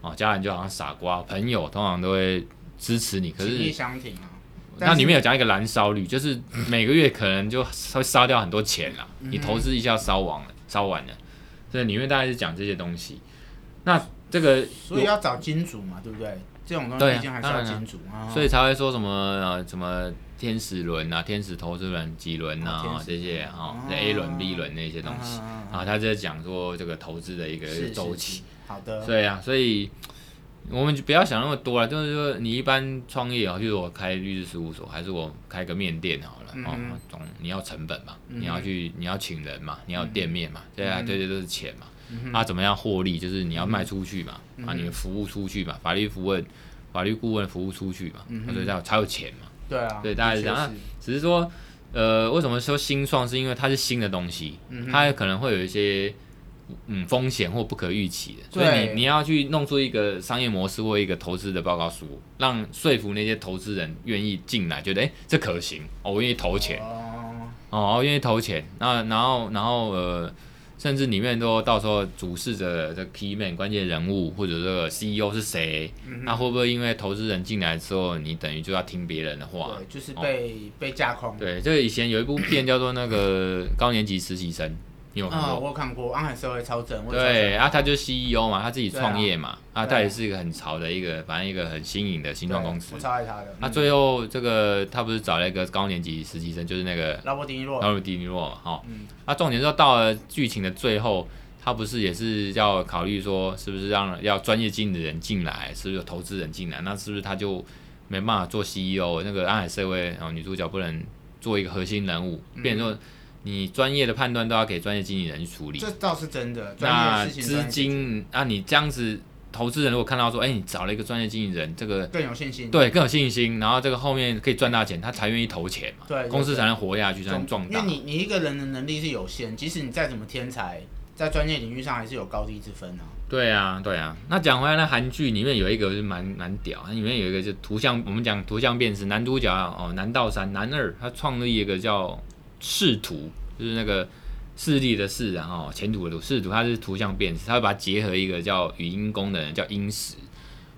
Speaker 1: 哦，家人就好像傻瓜，朋友通常都会支持你，可
Speaker 2: 情意
Speaker 1: 是。
Speaker 2: 相挺啊，但
Speaker 1: 那
Speaker 2: 是
Speaker 1: 里面有讲一个燃烧率，就是每个月可能就会烧掉很多钱啦。
Speaker 2: 嗯
Speaker 1: 你投资一下烧完了，烧完了，所以里面大概是讲这些东西。那这个
Speaker 2: 所以要找金主嘛，对不对？这种东西
Speaker 1: 对啊
Speaker 2: 毕竟还是
Speaker 1: 当
Speaker 2: 要
Speaker 1: 然啊
Speaker 2: 金主啊，
Speaker 1: 所以才会说什么呃什么天使轮啊、天使投资轮几轮
Speaker 2: 哦
Speaker 1: 啊
Speaker 2: 天使
Speaker 1: 这些啊
Speaker 2: 哦、
Speaker 1: 这 A 轮、B 轮那些
Speaker 2: 这
Speaker 1: 东西
Speaker 2: 啊
Speaker 1: 啊，他就在讲说这个投资的一个
Speaker 2: 是
Speaker 1: 周，
Speaker 2: 是
Speaker 1: 期
Speaker 2: 是。好的，
Speaker 1: 对啊，所以我们就不要想那么多了，就是说你一般创业啊，就是我开律师事务所，还是我开个面店好了
Speaker 2: 嗯
Speaker 1: 哦
Speaker 2: 哼，
Speaker 1: 总你要成本嘛，
Speaker 2: 嗯哼
Speaker 1: 你要去你要请人嘛，你要有店面嘛，对啊，
Speaker 2: 嗯
Speaker 1: 这些都是钱嘛。
Speaker 2: 嗯
Speaker 1: 啊，怎么样获利？就是你要卖出去嘛，
Speaker 2: 嗯
Speaker 1: 把你的服务出去嘛，法律顾问、法律顾问服务出去嘛，啊
Speaker 2: 嗯哼
Speaker 1: 所以才有才有钱嘛。
Speaker 2: 对啊，
Speaker 1: 对大概是这样
Speaker 2: 的确
Speaker 1: 啊只是说，呃，为什么说新创？是因为它是新的东西，
Speaker 2: 嗯哼
Speaker 1: 它可能会有一些嗯风险或不可预期的，所以
Speaker 2: 对
Speaker 1: 你你要去弄出一个商业模式或一个投资的报告书，让说服那些投资人愿意进来，觉得哎、诶这可行，哦，我愿意投钱。
Speaker 2: 哦，
Speaker 1: 哦，我愿意投钱，那然后然后呃，甚至里面都到时候主事者的 key man 关键人物或者这个 CEO 是谁，
Speaker 2: 嗯哼
Speaker 1: 那会不会因为投资人进来之后，你等于就要听别人的话？
Speaker 2: 对，就是被被架空。
Speaker 1: 哦对，这个以前有一部片叫做那个高年级实习生，你有看
Speaker 2: 啊，
Speaker 1: 过？
Speaker 2: 我有看过《安海社会超正》，我有超正
Speaker 1: 对，啊，他就是 CEO 嘛，他自己
Speaker 2: 对啊
Speaker 1: 创业嘛，啊，
Speaker 2: 对
Speaker 1: 他也是一个很潮的一个，反正一个很新颖的新创公司
Speaker 2: 对我。超爱他的。
Speaker 1: 那
Speaker 2: 嗯
Speaker 1: 最后这个他不是找了一个高年级实习生，就是那个
Speaker 2: 劳勃迪尼洛，
Speaker 1: 劳鲁迪尼洛嘛，哈、
Speaker 2: 哦嗯，
Speaker 1: 那、重点是到了剧情的最后，他不是也是要考虑说，是不是让要专业经理人进来，是不是有投资人进来？那是不是他就没办法做 CEO？那个安海社会哦，女主角不能做一个核心人物，变成说你专业的判断都要给专业经理人去处理。
Speaker 2: 嗯这倒是真的。专业
Speaker 1: 那
Speaker 2: 的事情
Speaker 1: 资
Speaker 2: 专业
Speaker 1: 金，那、你这样子，投资人如果看到说，哎、你找了一个专业经理人，这个
Speaker 2: 更有信心。
Speaker 1: 对更有信心，然后这个后面可以赚大钱，他才愿意投钱嘛，
Speaker 2: 对对
Speaker 1: 公司
Speaker 2: 对
Speaker 1: 才能活下去，才能壮
Speaker 2: 总，因
Speaker 1: 大
Speaker 2: 为。你你一个人的能力是有限，即使你再怎么天才，在专业领域上还是有高低之分啊。
Speaker 1: 对啊，对啊。那讲回来，那韩剧里面有一个是蛮蛮屌，它里面有一个就图像，我们讲图像辨识，男主角哦，南道山男二，他创立一个叫哦视图，就是那个视力的视，然后前途的途，视图，它是图像辨识，它会把它结合一个叫语音功能，叫音识。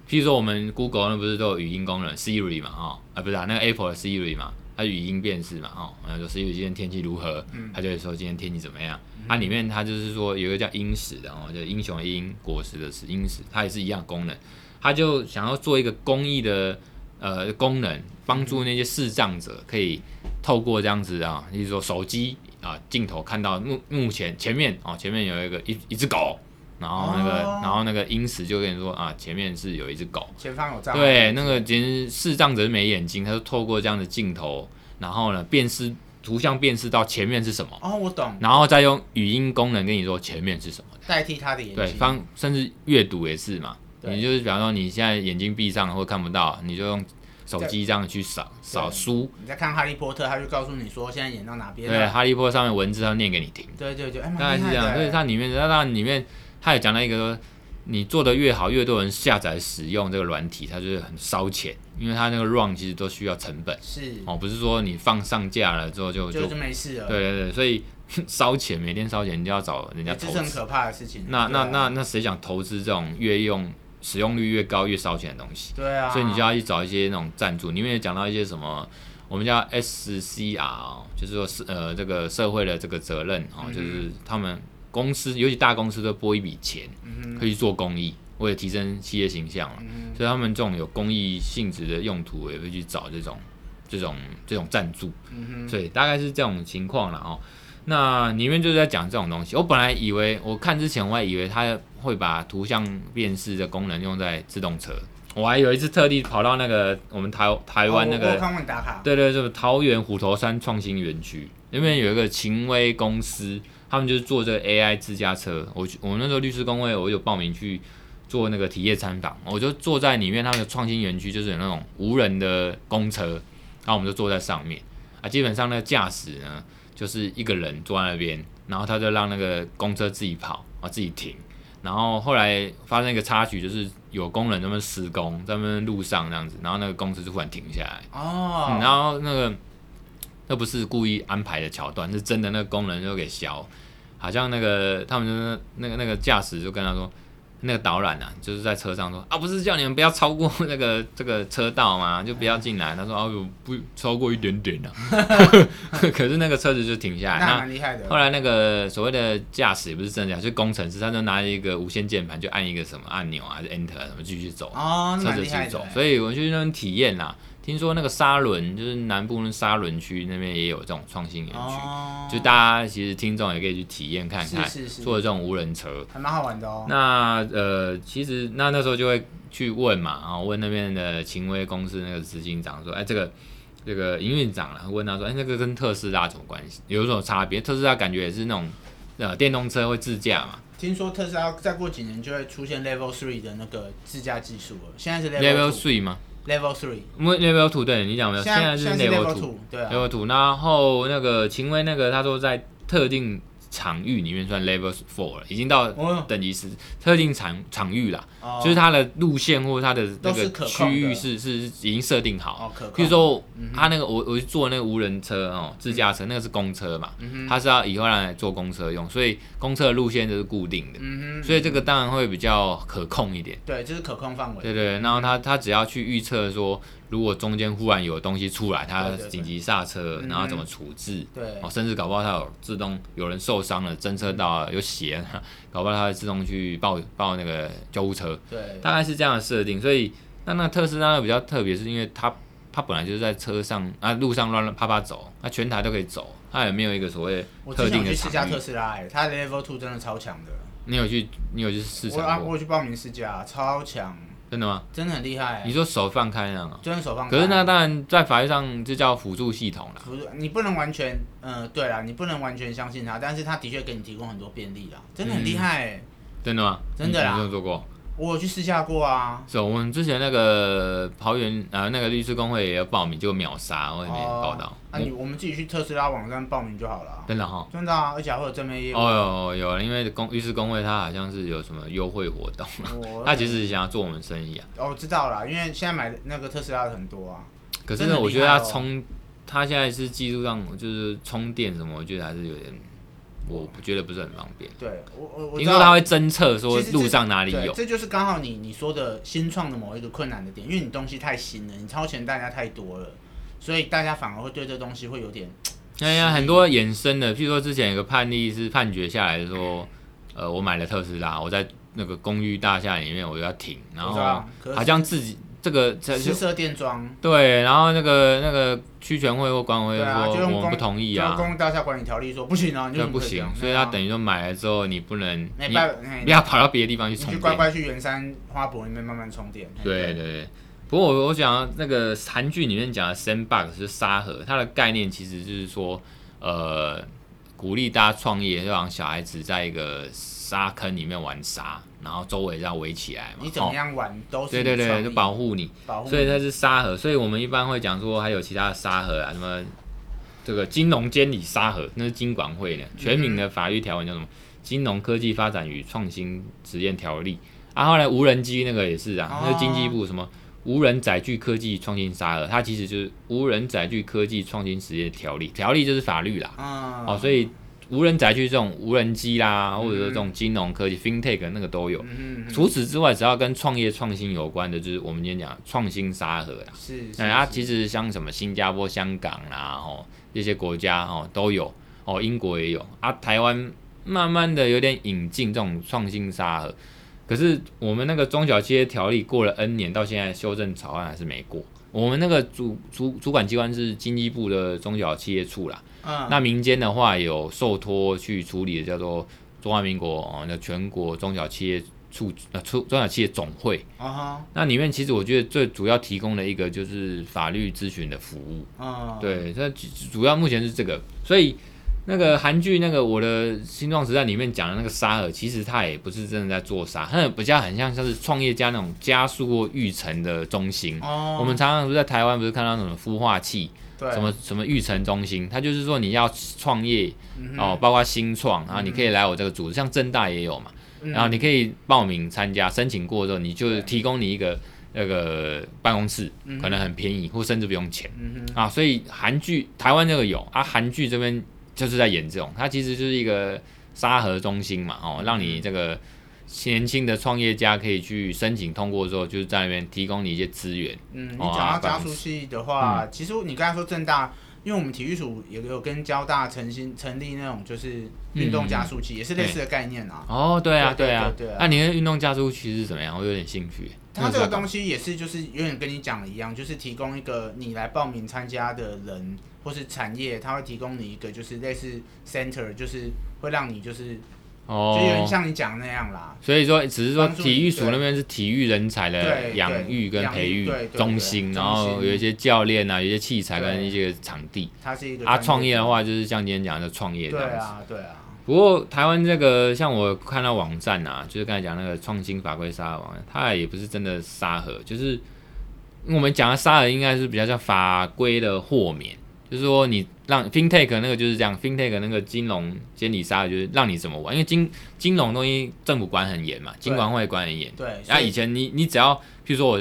Speaker 1: 譬如说我们 Google 那不是都有语音功能 Siri 嘛，哦，啊不是啊，那个 Apple 的 Siri 嘛，它语音辨识嘛，哦，然后说 Siri 今天天气如何，它就会说今天天气怎么样。它里面它就是说有一个叫英石的哦，就是英雄的英，果实的实，英石，它也是一样的功能，它就想要做一个公益的呃功能，帮助那些视障者可以透过这样子啊，例如说手机啊镜头看到目目前前面哦，前面有一个一一只狗。然后那个
Speaker 2: 哦
Speaker 1: 然后那个英石就跟你说啊，前面是有一只狗，
Speaker 2: 前方有障碍。
Speaker 1: 对，那个简直视障者是没眼睛，他就透过这样的镜头，然后呢辨识图像辨识到前面是什么，
Speaker 2: 哦，我懂，
Speaker 1: 然后再用语音功能跟你说前面是什么。
Speaker 2: 代替他的眼睛。
Speaker 1: 对，方甚至阅读也是嘛，
Speaker 2: 对
Speaker 1: 你就是比方说你现在眼睛闭上或看不到，你就用手机这样去扫扫书，
Speaker 2: 你在看《哈利波特》，他就告诉你说现在演到哪边
Speaker 1: 对，
Speaker 2: 了。
Speaker 1: 哈利波特上面文字要念给你听。
Speaker 2: 对对对，哎，
Speaker 1: 大概
Speaker 2: 蛮厉
Speaker 1: 是这
Speaker 2: 害的
Speaker 1: 样，所以它里面，它当然里面，它有讲到一个说，你做的越好，越多人下载使用这个软体，它就是很烧钱，因为它那个 run 其实都需要成本
Speaker 2: 欸是，
Speaker 1: 哦，不是说你放上架了之后就
Speaker 2: 嗯就
Speaker 1: 就
Speaker 2: 就没事了。
Speaker 1: 对对对，所以烧钱，每天烧钱，你就要找人家
Speaker 2: 欸
Speaker 1: 投
Speaker 2: 这是很
Speaker 1: 资。
Speaker 2: 可怕的事情。
Speaker 1: 那那
Speaker 2: 对啊
Speaker 1: 那那谁想投资这种越用使用率越高越烧钱的东西？
Speaker 2: 对啊，
Speaker 1: 所以你就要去找一些那种赞助。里面也讲到一些什么，我们叫 SCR，、哦、就是说是呃这个社会的这个责任哦，
Speaker 2: 嗯哼
Speaker 1: 就是他们公司，尤其大公司都拨一笔钱，
Speaker 2: 嗯
Speaker 1: 可以做公益，为了提升企业形象嘛。啊
Speaker 2: 哼嗯
Speaker 1: 所以他们这种有公益性质的用途，也会去找这种这种这种赞助。
Speaker 2: 哼嗯哼
Speaker 1: 所以大概是这种情况了哦。那里面就是在讲这种东西。我本来以为我看之前我还以为它会把图像辨识的功能用在自动车，我还有一次特地跑到那个我们台台湾那
Speaker 2: 哦我我
Speaker 1: 个、
Speaker 2: 有看过你打卡，
Speaker 1: 对对，就是桃园虎头山创新园区那边有一个秦威公司，他们就是做这个 AI 自驾车。我去我那时候律师工会，我有报名去做那个体验参访，我就坐在里面，他们的创新园区就是有那种无人的公车，然后我们就坐在上面啊，基本上那个驾驶呢就是一个人坐在那边，然后他就让那个公车自己跑啊，自己停。然后后来发生一个插曲，就是有工人在那边施工，在那边路上这样子，然后那个公车就忽然停下来，嗯
Speaker 2: 哦，
Speaker 1: 然后那个那不是故意安排的桥段，是真的那个工人就给削，好像那个他们就是那个那个驾驶就跟他说，那个导览啊，就是在车上说啊，不是叫你们不要超过那个这个车道吗？ 就不要进来。他说啊，我不超过一点点啊， 可是那个车子就停下来。
Speaker 2: 那
Speaker 1: 那
Speaker 2: 蛮厉害的
Speaker 1: 后。来那个所谓的驾驶也不是真的驾驶，就是工程师，他就拿一个无线键盘就按一个什么按钮啊，还是 Enter 啊什么继续走。
Speaker 2: 哦，那
Speaker 1: 车
Speaker 2: 蛮
Speaker 1: 子
Speaker 2: 厉
Speaker 1: 去
Speaker 2: 害的
Speaker 1: 走
Speaker 2: 欸。，
Speaker 1: 所以我去那边体验啦。听说那个沙仑，就是南部那沙仑区那边也有这种创新园区，
Speaker 2: 哦，
Speaker 1: 就大家其实听众也可以去体验看看，
Speaker 2: 是是是，
Speaker 1: 坐这种无人车。
Speaker 2: 还蛮好玩的哦。
Speaker 1: 那呃，其实那那时候就会去问嘛，啊，问那边的秦威公司那个执行长说，哎，这个这个营运长了，问他说，哎，那个跟特斯拉什么关系？有什么差别？特斯拉感觉也是那种呃电动车会自驾嘛
Speaker 2: 听说特斯拉再过几年就会出现 Level Three 的那个自驾技术了，现在是
Speaker 1: ，Level
Speaker 2: Level
Speaker 1: Three 吗？
Speaker 2: Level Three，
Speaker 1: 因为 Level Two 对你讲没有？现
Speaker 2: 在
Speaker 1: 是
Speaker 2: 在是
Speaker 1: Level
Speaker 2: Level
Speaker 1: Two。
Speaker 2: Two，对啊，
Speaker 1: level two，然后那个秦薇那个他说在特定场域里面算 level four 了，已经到
Speaker 2: 哦，
Speaker 1: 等级是特定场场域啦，
Speaker 2: 哦
Speaker 1: 就是它的路线或它的那
Speaker 2: 都是
Speaker 1: 个
Speaker 2: 可
Speaker 1: 区
Speaker 2: 控的
Speaker 1: 域是是已经设定好。
Speaker 2: 哦可控，
Speaker 1: 譬如说，他那个我我去坐那个无人车哦，自驾车那个是公车嘛，
Speaker 2: 嗯
Speaker 1: 它是要以后让来坐公车用，所以公车的路线就是固定的，
Speaker 2: 嗯
Speaker 1: 所以这个当然会比较可控一点。
Speaker 2: 哼，对，这是可控范围，
Speaker 1: 对对，然后他他只要去预测说，如果中间忽然有东西出来，他
Speaker 2: 对对对
Speaker 1: 紧急刹车，
Speaker 2: 嗯
Speaker 1: 然后怎么处置，
Speaker 2: 对
Speaker 1: 哦，，甚至搞不好他有自动有人受伤了，侦测到了有血 了，搞不好他会自动去报报那个救护车，
Speaker 2: 对，
Speaker 1: 大概是这样的设定。所以那那特斯拉比较特别，是因为它它本来就是在车上啊路上乱乱啪啪走，它全台都可以走，它也没有一个所谓
Speaker 2: 我之
Speaker 1: 特
Speaker 2: 前
Speaker 1: 定
Speaker 2: 有
Speaker 1: 的
Speaker 2: 去试驾
Speaker 1: 场域
Speaker 2: 特。斯拉，哎，它的 Level Two 真的超强的，
Speaker 1: 你有去你有去试
Speaker 2: 我啊
Speaker 1: 乘过？
Speaker 2: 我有去报名试驾，超强，
Speaker 1: 真的吗？
Speaker 2: 真的很厉害
Speaker 1: 你
Speaker 2: 欸，
Speaker 1: 说手放开那样啊？
Speaker 2: 真的手放开。
Speaker 1: 可是那当然在法律上就叫辅助系统啦。
Speaker 2: 不是，你不能完全，嗯、对啦，你不能完全相信他，但是他的确给你提供很多便利啦，真的很厉害、欸。
Speaker 1: 真的吗？
Speaker 2: 真的啦
Speaker 1: 你你有做过？
Speaker 2: 我有去试驾过啊，
Speaker 1: 是哦我们之前那个桃园啊，那个律师工会也有报名，就秒杀，我也没报到
Speaker 2: 哦。那、你我们自己去特斯拉网站报名就好了
Speaker 1: 我。真的哈。
Speaker 2: 真的啊，而且还会有正面业务。
Speaker 1: 哦，有有了，因为公律师工会它好像是有什么优惠活动，
Speaker 2: 我
Speaker 1: 它其实想要做我们生意啊。
Speaker 2: 哦，我知道啦，因为现在买的那个特斯拉的很多啊。
Speaker 1: 可是
Speaker 2: 真的
Speaker 1: 呢，
Speaker 2: 厉害
Speaker 1: 我觉得它
Speaker 2: 哦
Speaker 1: 充，它现在是技术上就是充电什么，我觉得还是有点，我不觉得不是很方便。
Speaker 2: 对，我我我
Speaker 1: 听
Speaker 2: 知
Speaker 1: 说它
Speaker 2: 道。
Speaker 1: 会侦测说
Speaker 2: 其实这
Speaker 1: 路上哪里
Speaker 2: 对，
Speaker 1: 有，
Speaker 2: 这就是刚好你你说的新创的某一个困难的点，因为你东西太新了，你超前大家太多了，所以大家反而会对这东西会有点
Speaker 1: 哎呀，很多衍生的，譬如说之前有个判例是判决下来说，呃，我买了特斯拉，我在那个公寓大厦里面我就要停，然
Speaker 2: 不
Speaker 1: 后
Speaker 2: 知道可是
Speaker 1: 好像自己这个这
Speaker 2: 实色电装。
Speaker 1: 对，然后那个那个区权会或管委会
Speaker 2: 对啊，就
Speaker 1: 说
Speaker 2: 用
Speaker 1: 我
Speaker 2: 公
Speaker 1: 们不同意
Speaker 2: 就用
Speaker 1: 啊，
Speaker 2: 公路大厦管理条例说不行啊，你
Speaker 1: 这
Speaker 2: 就
Speaker 1: 不行，所以他等于说买了之后你不能，
Speaker 2: 那
Speaker 1: 你
Speaker 2: 拜哎
Speaker 1: 不要跑到别的地方去
Speaker 2: 你
Speaker 1: 充
Speaker 2: 去
Speaker 1: 电。
Speaker 2: 乖乖去圆山花博里面慢慢充电。哎
Speaker 1: 对对，对。不过我我想那个韩剧里面讲的 sandbox 是沙盒，它的概念其实就是说，呃，鼓励大家创业，就让小孩子在一个沙坑里面玩沙，然后周围要围起来嘛。
Speaker 2: 你怎么
Speaker 1: 哦
Speaker 2: 样玩都是
Speaker 1: 对对对，
Speaker 2: 创意
Speaker 1: 就保护你。
Speaker 2: 保护你，
Speaker 1: 所以它是沙盒，所以我们一般会讲说还有其他的沙盒啊，什么这个金融监理沙盒，那是金管会的全名的法律条文叫什么？《金融科技发展与创新实验条例》啊，后来无人机那个也是啊，那
Speaker 2: 哦
Speaker 1: 个经济部什么无人载具科技创新沙盒，它其实就是无人载具科技创新实业条例，条例就是法律啦。
Speaker 2: 啊，
Speaker 1: 哦，所以无人载具这种无人机啦，或者说这种金融科技、FinTech 那个都有。
Speaker 2: 嗯，嗯嗯
Speaker 1: 除此之外，只要跟创业创新有关的，就是我们今天讲的创新沙盒啦。
Speaker 2: 是是
Speaker 1: 哎，啊，
Speaker 2: 是
Speaker 1: 其实像什么新加坡、香港啦，哦，这些国家哦都有，哦，英国也有啊，台湾慢慢的有点引进这种创新沙盒，可是我们那个中小企业条例过了 N 年，到现在修正草案还是没过。我们那个主主主管机关是经济部的中小企业处啦，
Speaker 2: 嗯，
Speaker 1: 那民间的话有受托去处理的，叫做中华民国哦，那全国中小企业处呃处中小企业总会。
Speaker 2: 哦
Speaker 1: 那里面其实我觉得最主要提供的一个就是法律咨询的服务，
Speaker 2: 哈，嗯，
Speaker 1: 对，那主主要目前是这个，所以那个韩剧那个《我的新创时代》里面讲的那个沙盒，其实它也不是真的在做沙，它比较很像像是创业家那种加速或育成的中心。
Speaker 2: 哦，
Speaker 1: 我们常常不是在台湾不是看到那种孵化器，
Speaker 2: 对
Speaker 1: 什么什么育成中心，它就是说你要创业
Speaker 2: 嗯哼
Speaker 1: 哦，包括新创，然后你可以来我这个组织，像正大也有嘛，
Speaker 2: 嗯
Speaker 1: 然后你可以报名参加，申请过之后，你就提供你一个那个办公室，可能很便宜，或甚至不用钱
Speaker 2: 嗯
Speaker 1: 啊。所以韩剧台湾这个有啊，韩剧这边就是在演这种，它其实就是一个沙盒中心嘛，
Speaker 2: 嗯
Speaker 1: 哦，让你这个年轻的创业家可以去申请通过之后，就是在那边提供你一些资源。
Speaker 2: 嗯，你
Speaker 1: 哦
Speaker 2: 讲
Speaker 1: 啊
Speaker 2: 到加
Speaker 1: 办
Speaker 2: 速器的话，
Speaker 1: 嗯
Speaker 2: 其实你刚才说正大，因为我们体育署也有跟交大成新成立那种就是运
Speaker 1: 嗯
Speaker 2: 动加速器，也是类似的概念啊。
Speaker 1: 哦，对啊，
Speaker 2: 对对
Speaker 1: 啊
Speaker 2: 对对啊，
Speaker 1: 那你的运动加速器是怎么样？我有点兴趣。
Speaker 2: 它这个东
Speaker 1: 西，
Speaker 2: 西也是就是有点跟你讲的一样，就是提供一个你来报名参加的人或是产业，它会提供你一个就是类似 center，就是会让你就是就
Speaker 1: 哦，
Speaker 2: 有点像你讲的那样啦。
Speaker 1: 所以说，只是说
Speaker 2: 帮助你
Speaker 1: 体育署那边是体育人才的
Speaker 2: 对
Speaker 1: 养育跟
Speaker 2: 养育
Speaker 1: 培育
Speaker 2: 对对对
Speaker 1: 中心，
Speaker 2: 中心
Speaker 1: 然后有一些教练啊，有一些器材
Speaker 2: 对
Speaker 1: 跟一些场地。
Speaker 2: 它是一个
Speaker 1: 啊，
Speaker 2: 专
Speaker 1: 创业的，话就是像今天讲的创业这
Speaker 2: 对
Speaker 1: 样子。
Speaker 2: 啊对啊，
Speaker 1: 不过台湾这个，像我看到网站啊，就是刚才讲那个创新法规沙盒网站，它也不是真的沙盒，就是我们讲的沙盒应该是比较像法规的豁免，就是说你让 fintech 那个就是这样，fintech 那个金融监理沙盒就是让你怎么玩，因为金金融东西政府管很严嘛，金管会管很严。
Speaker 2: 对，啊
Speaker 1: 那
Speaker 2: 所
Speaker 1: 以
Speaker 2: 以
Speaker 1: 前你你只要，譬如说我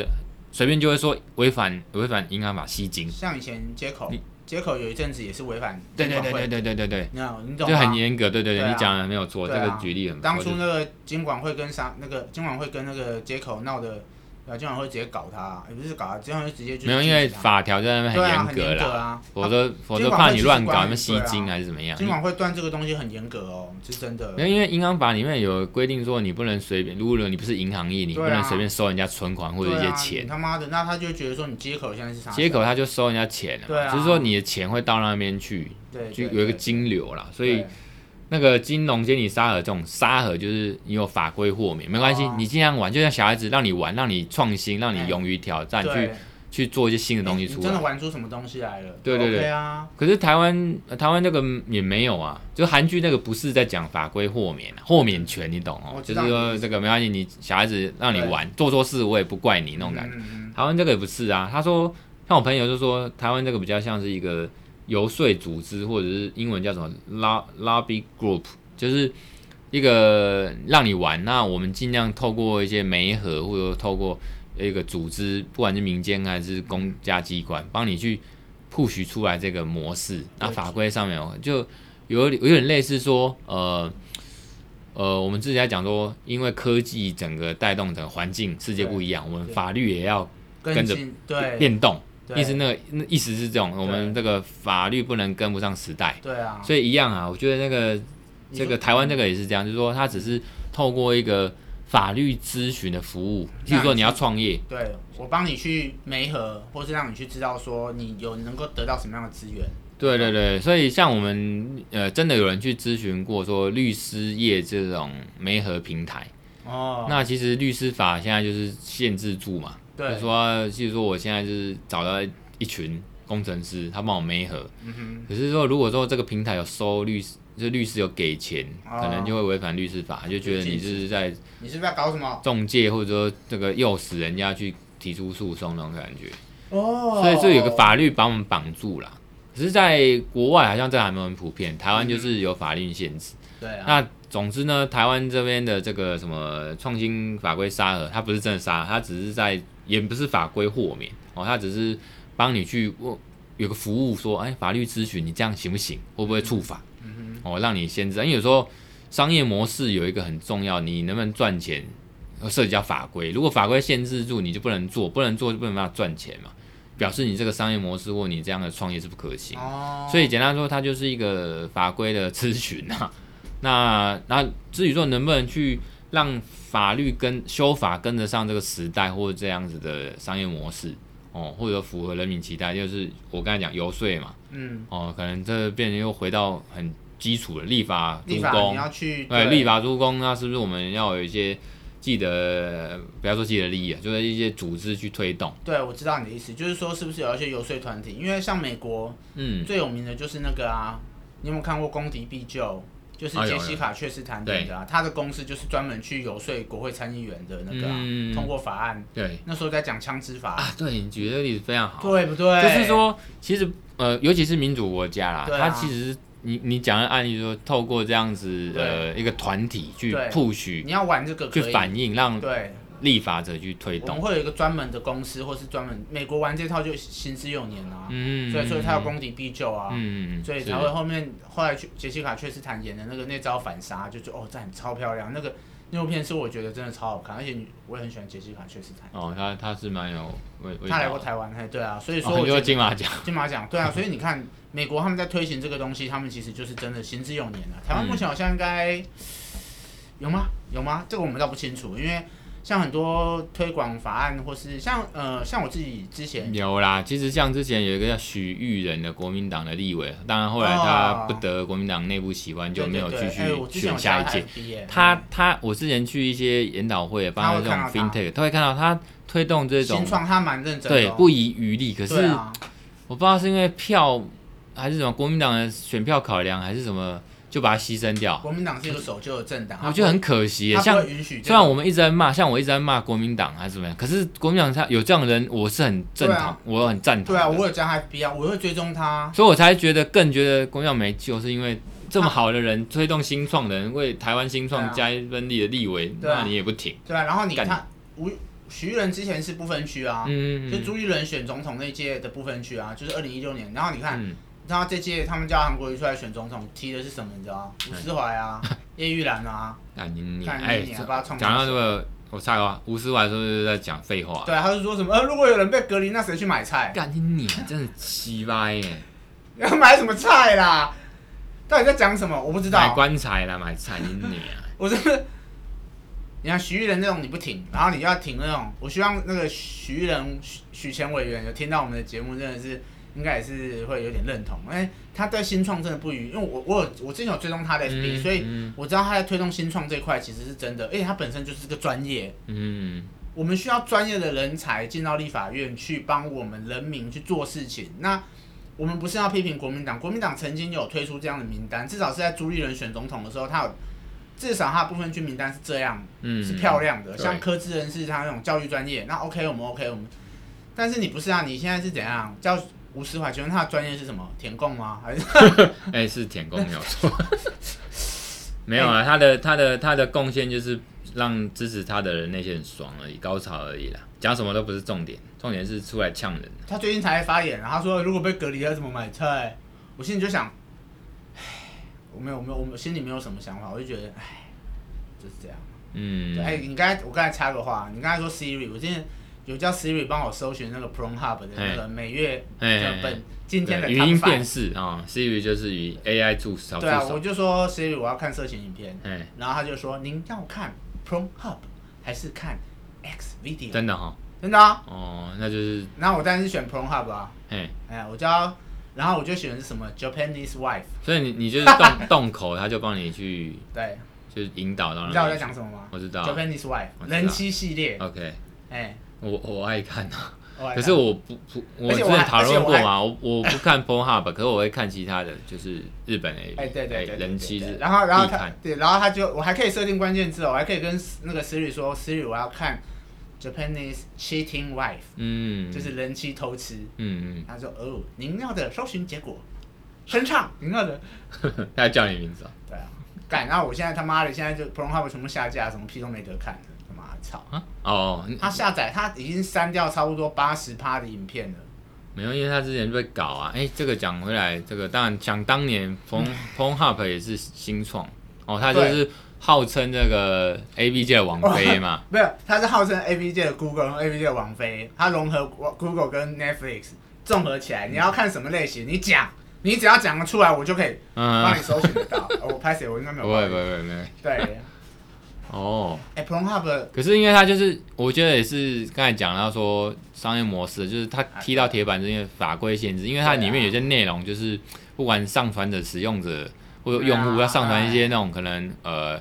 Speaker 1: 随便就会说违反违反银行法吸金，
Speaker 2: 像以前接口
Speaker 1: 你
Speaker 2: 接口有一阵子也是违反
Speaker 1: 对对
Speaker 2: 监
Speaker 1: 对
Speaker 2: 管会
Speaker 1: 对对对对对，
Speaker 2: 那你懂
Speaker 1: 就
Speaker 2: 吗
Speaker 1: 很严格，对对
Speaker 2: 对啊
Speaker 1: 你讲的没有错，这
Speaker 2: 对啊
Speaker 1: 个举例很不错
Speaker 2: 当初
Speaker 1: 就
Speaker 2: 那个金管会跟啥那个金管会跟那个接口闹的，呃，金管会直接搞他，也不是搞他，金管会直接就是
Speaker 1: 没有，因为法条在那边
Speaker 2: 对啊
Speaker 1: 很
Speaker 2: 很
Speaker 1: 严格
Speaker 2: 严格
Speaker 1: 啦，
Speaker 2: 啊，
Speaker 1: 否
Speaker 2: 啊
Speaker 1: 则否则
Speaker 2: 金管会
Speaker 1: 怕你
Speaker 2: 其实
Speaker 1: 乱
Speaker 2: 管
Speaker 1: 搞，
Speaker 2: 很
Speaker 1: 什么吸金
Speaker 2: 对
Speaker 1: 还是怎么样。
Speaker 2: 金管会断这个东西很严格哦，是真的
Speaker 1: 没。有，因为银行法里面有规定说，你不能随便，如果你不是银行业，你不
Speaker 2: 对啊
Speaker 1: 能随便收人家存款或者一
Speaker 2: 对
Speaker 1: 些
Speaker 2: 啊
Speaker 1: 钱
Speaker 2: 你。他妈的，那他就觉得说你接口现在是啥？
Speaker 1: 接口他就收人家钱了嘛，
Speaker 2: 对啊
Speaker 1: 就是说你的钱会到那边去，
Speaker 2: 对，
Speaker 1: 就
Speaker 2: 对
Speaker 1: 有一个
Speaker 2: 对
Speaker 1: 金流啦，所以
Speaker 2: 对
Speaker 1: 那个金融监理沙盒这种沙盒，就是你有法规豁免，没关系，
Speaker 2: 哦
Speaker 1: 你尽量玩，就像小孩子让你玩，让你创新，让你
Speaker 2: 哎
Speaker 1: 勇于挑战，
Speaker 2: 对
Speaker 1: 去去做一些新的东西
Speaker 2: 你
Speaker 1: 出
Speaker 2: 真的
Speaker 1: 来。
Speaker 2: 玩出什么东西来了？
Speaker 1: 对对对
Speaker 2: OK 啊，
Speaker 1: 可是台湾呃台湾那个也没有啊，就韩剧那个不是在讲法规豁免啊，豁免权你懂哦
Speaker 2: 我，
Speaker 1: 就是
Speaker 2: 知道你的
Speaker 1: 说这个没关系，你小孩子让你
Speaker 2: 对
Speaker 1: 玩做错事我也不怪你那种感觉。
Speaker 2: 觉。嗯
Speaker 1: 台湾这个也不是啊，他说像我朋友就说，台湾这个比较像是一个游说组织，或者是英文叫什么 lo- lobby group，就是一个让你玩。那我们尽量透过一些媒合，或者透过一个组织，不管是民间还是公家机关，帮你去 push 出来这个模式。那法规上面有就有有点类似说，呃。呃，我们之前在讲说，因为科技整个带动整个环境世界不一样，我们
Speaker 2: 对
Speaker 1: 法律也要跟
Speaker 2: 跟
Speaker 1: 着
Speaker 2: 进对
Speaker 1: 变动，
Speaker 2: 对
Speaker 1: 意思那个那意思是这种，我们这个法律不能跟不上时代，
Speaker 2: 对啊，
Speaker 1: 所以一样啊。我觉得那个
Speaker 2: 你
Speaker 1: 这
Speaker 2: 说
Speaker 1: 个台湾这个也是这样，就是说它只是透过一个法律咨询的服务，譬如说你要创业，
Speaker 2: 对我帮你去媒合，或是让你去知道说你有能够得到什么样的资源。
Speaker 1: 对对对，所以像我们呃真的有人去咨询过说律师业这种媒合平台，
Speaker 2: 哦，
Speaker 1: 那其实律师法现在就是限制住嘛，就
Speaker 2: 对，
Speaker 1: 是说譬如说我现在就是找到一群工程师，他帮我媒合。
Speaker 2: 嗯
Speaker 1: 可是说，如果说这个平台有收律师，就律师有给钱，
Speaker 2: 哦
Speaker 1: 可能就会违反律师法，就觉得你就是在
Speaker 2: 哼，你是不是要搞什么？
Speaker 1: 中介或者说这个诱使人家去提出诉讼那种感觉。
Speaker 2: 哦
Speaker 1: 所以这有个，法律把我们绑住了。可是，在国外好像这还没有很普遍，台湾就是有法律限制。
Speaker 2: 对啊，
Speaker 1: 那总之呢，台湾这边的这个什么创新法规沙盒，它不是真的沙，它只是在也不是法规豁免哦，它只是帮你去问有个服务说，哎，法律咨询你这样行不行，会不会触法？哦，让你先知道，因为有时候商业模式有一个很重要，你能不能赚钱，涉及到法规。如果法规限制住，你就不能做，不能做就不能办法赚钱嘛，表示你这个商业模式或你这样的创业是不可行。
Speaker 2: 哦，
Speaker 1: 所以简单说，它就是一个法规的咨询啊。 那那至于说能不能去让法律跟修法跟得上这个时代，或者这样子的商业模式哦，或者符合人民期待，就是我刚才讲游说嘛，
Speaker 2: 嗯，
Speaker 1: 哦，可能这变成又回到很基础的立法、
Speaker 2: 立
Speaker 1: 督
Speaker 2: 法
Speaker 1: 工
Speaker 2: 你，要去
Speaker 1: 对，哎立法督工，那是不是我们要有一些既得，不要说既得利益啊，就是一些组织去推动，
Speaker 2: 对，我知道你的意思，就是说是不是有一些游说团体？因为像美国
Speaker 1: 嗯，
Speaker 2: 最有名的就是那个啊，你有没有看过《公敌必救》？就是
Speaker 1: 啊有
Speaker 2: 杰
Speaker 1: 有
Speaker 2: 西卡·确斯坦演的啊，他的公司就是专门去游说国会参议员的那个啊，
Speaker 1: 嗯
Speaker 2: 通过法案。
Speaker 1: 对
Speaker 2: 那时候在讲枪支法案，
Speaker 1: 啊，对你举这个例子非常好，
Speaker 2: 对不对？
Speaker 1: 啊就是，说，其实呃，尤其是民主国家啦，
Speaker 2: 对啊
Speaker 1: 它其实是你你讲的案例说，透过这样子呃一个团体去
Speaker 2: 对
Speaker 1: push
Speaker 2: 你要玩这个可
Speaker 1: 去
Speaker 2: 以，
Speaker 1: 反映，让
Speaker 2: 对，
Speaker 1: 立法者去推
Speaker 2: 我们
Speaker 1: 动，
Speaker 2: 会有一个专门的公司，或是专门美国玩这套就行之有年啊，
Speaker 1: 嗯，
Speaker 2: 所以所以他要公敌必救啊，
Speaker 1: 嗯，嗯嗯，
Speaker 2: 所以
Speaker 1: 是
Speaker 2: 才会后面后来去杰西卡·确斯坦演的那个那招反杀，就觉得哦，这很超漂亮。那个那部片是我觉得真的超好看，而且女我也很喜欢杰西卡·确斯坦，
Speaker 1: 哦，他他是蛮有味味道
Speaker 2: 她
Speaker 1: 的，
Speaker 2: 来过台湾，嘿，对啊，所以
Speaker 1: 哦
Speaker 2: 说我
Speaker 1: 很
Speaker 2: 觉
Speaker 1: 多
Speaker 2: 得
Speaker 1: 金马奖，
Speaker 2: 金马奖，对啊，所以你 看美国他们在推行这个东西，他们其实就是真的行之有年了、
Speaker 1: 嗯
Speaker 2: 台湾目前好像应该有吗？有吗？这个我们倒不清楚，因为像很多推广法案或是像呃像我自己之前
Speaker 1: 有啦，其实像之前有一个叫许玉仁的国民党的立委，当然后来他
Speaker 2: 哦
Speaker 1: 不得国民党内部喜欢，就没有
Speaker 2: 对
Speaker 1: 继
Speaker 2: 对对哎我
Speaker 1: 续
Speaker 2: 之前
Speaker 1: 选
Speaker 2: 有
Speaker 1: 下
Speaker 2: 加
Speaker 1: 一届。
Speaker 2: FB 耶
Speaker 1: 他他，我之前去一些研讨会，啊
Speaker 2: 他
Speaker 1: 帮
Speaker 2: 会
Speaker 1: 这种
Speaker 2: 看到他
Speaker 1: fintech，他会看到他推动这种
Speaker 2: 新创他蛮认真的哦、
Speaker 1: 对不遗余力。可是
Speaker 2: 对啊，
Speaker 1: 我不知道是因为票还是什么国民党的选票考量，还是什么，就把它牺牲掉，
Speaker 2: 国民党是一个守旧的政党，
Speaker 1: 我觉得很可惜耶。
Speaker 2: 啊他不
Speaker 1: 像
Speaker 2: 会允许这个，
Speaker 1: 虽然我们一直在骂，像我一直在骂国民党还是怎么样，可是国民党他有这样的人，我是很正
Speaker 2: 对
Speaker 1: 常，
Speaker 2: 啊
Speaker 1: 我很赞同
Speaker 2: 对
Speaker 1: 的。
Speaker 2: 啊，我有加他 FB 啊，我会追踪他，
Speaker 1: 所以我才觉得更觉得国民党没救，是因为这么好的人、推动新创的人，为台湾新
Speaker 2: 对
Speaker 1: 创
Speaker 2: 啊
Speaker 1: 加一分力的立委，
Speaker 2: 对啊
Speaker 1: 那你也不挺。
Speaker 2: 对吧、然后你
Speaker 1: 干
Speaker 2: 看吴徐玉仁之前是不分区啊，
Speaker 1: 嗯，
Speaker 2: 就朱一伦选总统那一届的不分区啊，就是二零一六年。然后你看，
Speaker 1: 嗯
Speaker 2: 他这届他们叫韩国瑜出来选总统，提的是什么？你知道吗？吴思怀 啊，叶玉兰啊，
Speaker 1: 啊你你
Speaker 2: 干
Speaker 1: 哎，
Speaker 2: 你
Speaker 1: 这
Speaker 2: 娘把他冲
Speaker 1: 讲到
Speaker 2: 下
Speaker 1: 这个，我插个话，吴思怀是不是在讲废话？
Speaker 2: 对啊，他就说什么呃，如果有人被隔离，那谁去买菜？
Speaker 1: 干你你真的鸡巴耶！
Speaker 2: 要买什么菜啦？到底在讲什么？我不知
Speaker 1: 买
Speaker 2: 道。
Speaker 1: 棺材啦，买菜你你啊！
Speaker 2: 我真的，你看徐玉仁那种你不挺，然后你要挺那种，我希望那个徐玉仁、许许前委员有听到我们的节目，真的是应该也是会有点认同，因为他对新创真的不愚，因为我我有我之前有追踪他的 FB，、
Speaker 1: 嗯
Speaker 2: 所以
Speaker 1: 嗯
Speaker 2: 我知道他在推动新创这一块其实是真的，而且他本身就是个专业，
Speaker 1: 嗯，
Speaker 2: 我们需要专业的人才进到立法院去帮我们人民去做事情。那我们不是要批评国民党，国民党曾经有推出这样的名单，至少是在朱立伦选总统的时候，他有至少他的部分区名单是这样，
Speaker 1: 嗯
Speaker 2: 是漂亮的。
Speaker 1: 对
Speaker 2: 像科职人士他那种教育专业，那 OK 我们 OK 我们，但是你不是啊？你现在是怎样叫吴思怀？请问他的专业是什么？填供吗？还是
Speaker 1: 哎、是田宫 没有错，没有
Speaker 2: 哎
Speaker 1: 啊，他的他的他的贡献就是让支持他的人那些人爽而已，高潮而已啦，讲什么都不是重点，重点是出来呛人。
Speaker 2: 他最近才发言，然后他说如果被隔离要怎么买菜？我心里就想，唉我没有，我没有，我们心里没有什么想法，我就觉得，唉，就是这样。
Speaker 1: 嗯
Speaker 2: 对，，哎、你刚才我刚才插个话，你刚才说 Siri，我今天有叫 Siri 帮我搜寻那个 Prom Hub 的那个每月的
Speaker 1: 哎
Speaker 2: 本今天的
Speaker 1: 对语
Speaker 2: top
Speaker 1: 音
Speaker 2: five
Speaker 1: 辨识啊、s i r i 就是与 AI 助手助
Speaker 2: 对啊，我
Speaker 1: 手，
Speaker 2: 就说 Siri 我要看色情影片，
Speaker 1: 哎、
Speaker 2: 然后他就说您要看 Prom Hub 还是看 X Video？
Speaker 1: 真的哈、
Speaker 2: 真的啊，
Speaker 1: 哦，那就是
Speaker 2: 然后我当然是选 Prom Hub 啊，
Speaker 1: 哎，
Speaker 2: 哎、我叫，然后我就选的是什么 Japanese Wife，
Speaker 1: 所以你你就是 动动口，他就帮你去
Speaker 2: 对。
Speaker 1: 就是引导到那
Speaker 2: 你
Speaker 1: 里
Speaker 2: 知道我在讲什么吗？
Speaker 1: 我知道
Speaker 2: Japanese
Speaker 1: 我
Speaker 2: Wife
Speaker 1: 知道
Speaker 2: 人妻系列，
Speaker 1: OK，
Speaker 2: 哎，
Speaker 1: 我我爱看啊。
Speaker 2: 我
Speaker 1: 可
Speaker 2: 来看
Speaker 1: 是我不不，我之
Speaker 2: 而且我还
Speaker 1: 前讨
Speaker 2: 而且
Speaker 1: 论
Speaker 2: 我
Speaker 1: 过
Speaker 2: 还
Speaker 1: 嘛，我我不看 Pornhub，可是我会看其他的，就是日本的，
Speaker 2: 哎对对对对对
Speaker 1: 人妻
Speaker 2: 对
Speaker 1: 是，
Speaker 2: 然后然后
Speaker 1: 必
Speaker 2: 他
Speaker 1: 看
Speaker 2: 对，然后他就我还可以设定关键字哦，我还可以跟那个 Siri 说 Siri 我要看 Japanese cheating wife，
Speaker 1: 嗯，
Speaker 2: 就是人妻偷吃。
Speaker 1: 嗯
Speaker 2: 他说哦，您要的搜寻结果，身上您要的，
Speaker 1: 嗯，他还叫你名字啊，
Speaker 2: 对啊，干，然后我现在他妈的现在就 p r o n h u b 全部下架，什么屁都没得看了，他妈的操！
Speaker 1: 啊，哦，嗯
Speaker 2: 他下载他已经删掉差不多八十趴的影片了，
Speaker 1: 没有，因为他之前被搞啊。哎、这个讲回来，这个当然想当年 p o n p o n Hub 也是新创哦，他就
Speaker 2: 对
Speaker 1: 是号称这个 A B 界的王妃 嘛。
Speaker 2: 没有，他是号称 A B 界的 Google 和 A B 界的王菲，他融合 Google 跟 Netflix 综合起来，你要看什么类型，你讲，你只要讲得出来，我就可以
Speaker 1: 嗯
Speaker 2: 帮你，搜寻得 到。哦我拍谁？我应该没
Speaker 1: 不
Speaker 2: 有
Speaker 1: 会
Speaker 2: 报
Speaker 1: 不
Speaker 2: 名。
Speaker 1: 会不会。
Speaker 2: 对，
Speaker 1: 哦，
Speaker 2: 哎 p r o n h u b
Speaker 1: 可是因为他就是，我觉得也是刚才讲到说商业模式，就是他踢到铁板是因为法规限
Speaker 2: 啊
Speaker 1: 制，因为它里面有些内容就是不管上传者、使用者或者用户
Speaker 2: 对啊
Speaker 1: 要上传一些那种可能呃。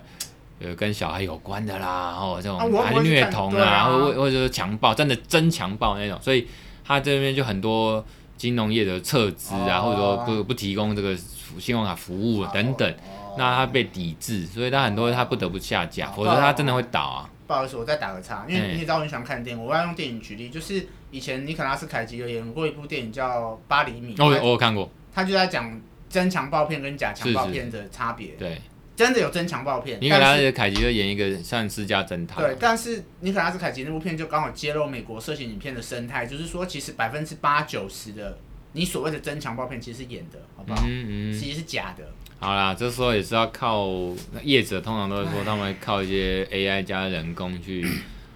Speaker 1: 呃，跟小孩有关的啦，然后这种
Speaker 2: 啊我
Speaker 1: 还
Speaker 2: 不会去
Speaker 1: 虐
Speaker 2: 看
Speaker 1: 童
Speaker 2: 对啊
Speaker 1: 或或或者是强暴，真的真强暴那种，所以他这边就很多金融业的撤资啊，
Speaker 2: 哦
Speaker 1: 或者说不不提供这个服信用卡服务等等，
Speaker 2: 哦
Speaker 1: 那他被抵制，所以他很多他不得不下架，
Speaker 2: 哦
Speaker 1: 否则他真的会倒啊。
Speaker 2: 不好意思，我再打个岔，因
Speaker 1: 哎
Speaker 2: 为你也知道我很喜欢看电影，我要用电影举例，就是以前尼可拉斯凯奇有演过一部电影叫《八厘米》，
Speaker 1: 我
Speaker 2: 他
Speaker 1: 哦我有看过，
Speaker 2: 他就在讲真强暴片跟假强暴片的差别，
Speaker 1: 对，
Speaker 2: 真的有真强暴片，
Speaker 1: 尼可
Speaker 2: 但
Speaker 1: 拉
Speaker 2: 是
Speaker 1: 斯凯奇就演一个像私家侦探，
Speaker 2: 对，但是尼可拉斯凯奇那部片就刚好揭露美国色情影片的生态，就是说其实百分之八九十的你所谓的真强暴片其实是演的，好不好？
Speaker 1: 嗯嗯，
Speaker 2: 其实是假的，
Speaker 1: 好啦，这时候也是要靠那业者，通常都是说他们会靠一些 AI 加人工 去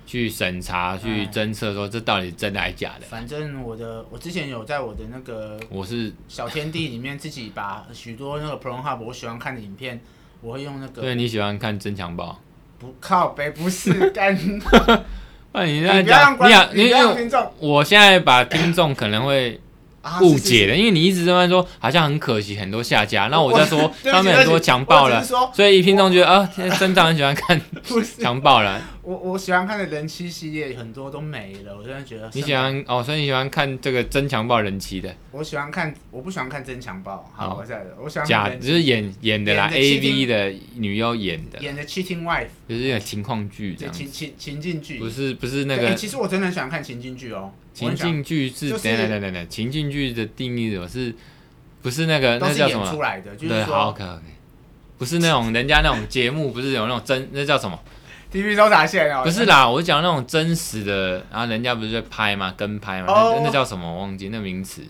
Speaker 1: 去审查、
Speaker 2: 哎
Speaker 1: 去侦测，说这到底真的还是假的。
Speaker 2: 反正我的我之前有在我的那个
Speaker 1: 我是
Speaker 2: 小天地里面自己把许多那个 p r o n h u b 我喜欢看的影片，我会用那个
Speaker 1: 对你喜欢看真强暴，
Speaker 2: 不靠背，不是干，你
Speaker 1: 那你
Speaker 2: 哎不
Speaker 1: 在
Speaker 2: 要
Speaker 1: 讲
Speaker 2: 让，
Speaker 1: 哎你想你
Speaker 2: 观众，你不要让听众
Speaker 1: 我现在把听众可能会
Speaker 2: 啊
Speaker 1: 误
Speaker 2: 是是
Speaker 1: 解
Speaker 2: 是
Speaker 1: 的，因为你一直这么说，好像很可惜，很多下架。那我在说
Speaker 2: 对不起
Speaker 1: 他们很多强暴
Speaker 2: 我
Speaker 1: 了
Speaker 2: 只是，说，
Speaker 1: 所以一听众 觉得啊，现在真的很喜欢看
Speaker 2: 不是
Speaker 1: 强暴了。
Speaker 2: 我我喜欢看的人妻系列很多都没了，我真的觉得
Speaker 1: 你喜欢哦，所以你喜欢看这个真强暴人妻的
Speaker 2: 我喜欢看，我不喜欢看真强暴，好，
Speaker 1: 好
Speaker 2: 我再来我喜欢
Speaker 1: 假，
Speaker 2: 看人
Speaker 1: 就是演演的啦
Speaker 2: 演的
Speaker 1: ，A
Speaker 2: 欺
Speaker 1: V
Speaker 2: 凌
Speaker 1: 的女优演的，
Speaker 2: 演的 cheating wife
Speaker 1: 就是有情况剧这
Speaker 2: 这
Speaker 1: 样子，
Speaker 2: 情情情境剧
Speaker 1: 不是不是那
Speaker 2: 对欸
Speaker 1: 个
Speaker 2: 其实我真的很喜欢看情境剧哦，我
Speaker 1: 情
Speaker 2: 很喜欢
Speaker 1: 境剧是
Speaker 2: 就
Speaker 1: 等
Speaker 2: 是
Speaker 1: 等等等等，情境剧的定义是什么？是不是那个
Speaker 2: 都
Speaker 1: 那
Speaker 2: 是
Speaker 1: 叫什
Speaker 2: 演
Speaker 1: 么
Speaker 2: 出？来的，就
Speaker 1: 对
Speaker 2: 是
Speaker 1: 好
Speaker 2: 说
Speaker 1: ，OK OK，不是那 种人家那种节目，不是有那种真那叫什么？
Speaker 2: TV 搜查线哦，
Speaker 1: 不是啦，我讲那种真实的，然后人家不是在拍吗？跟拍吗？
Speaker 2: 哦
Speaker 1: 那那叫什么？我忘记那名词。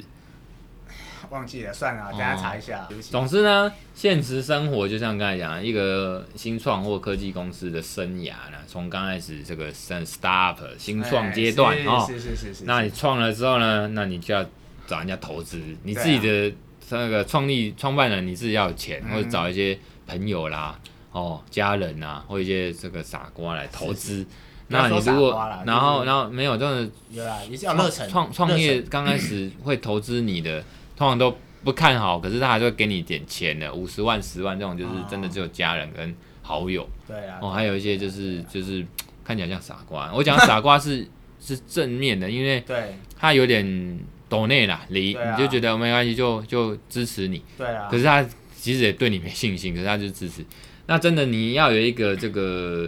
Speaker 2: 忘记了，
Speaker 1: 哦
Speaker 2: 算了，等一下查一下，对不起。
Speaker 1: 总之呢，现实生活就像刚才讲的，一个新创或科技公司的生涯呢，从刚开始这个 start 新创阶段
Speaker 2: 哎
Speaker 1: 哦，
Speaker 2: 是是是是是，
Speaker 1: 那你创了之后呢，那你就要找人家投资，你自己的那个创立创办人你自己要有钱，
Speaker 2: 嗯
Speaker 1: 或者找一些朋友啦、哦家人啊，或一些这个傻瓜来投资。那你
Speaker 2: 不要说
Speaker 1: 如
Speaker 2: 傻瓜
Speaker 1: 果
Speaker 2: 啦
Speaker 1: 然后
Speaker 2: 就是
Speaker 1: 然后没有，真的
Speaker 2: 有啦，也是要热忱，
Speaker 1: 创
Speaker 2: 热
Speaker 1: 创
Speaker 2: 忱
Speaker 1: 业刚开 始会投资你的，通常都不看好，可是他还是会给你点钱的，五十万、十万这种，就是
Speaker 2: 哦
Speaker 1: 真的只有家人跟好友
Speaker 2: 对啊，
Speaker 1: 哦，还有一些就是就是看起来像傻瓜。我讲傻瓜是是正面的，因为
Speaker 2: 对
Speaker 1: 他有点抖内啦，离、
Speaker 2: 对啊
Speaker 1: 你就觉得没关系，就就支持你。
Speaker 2: 对啊
Speaker 1: 可，是他其实也对你没信心，可是他就支持。那真的你要有一个这个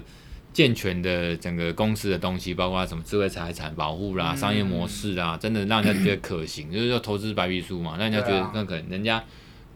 Speaker 1: 健全的整个公司的东西，包括什么智慧财产保护啦、
Speaker 2: 嗯
Speaker 1: 商业模式啊，真的让人家觉得可行，就是说投资白皮书嘛，让人家觉
Speaker 2: 对
Speaker 1: 得
Speaker 2: 啊
Speaker 1: 那可能人家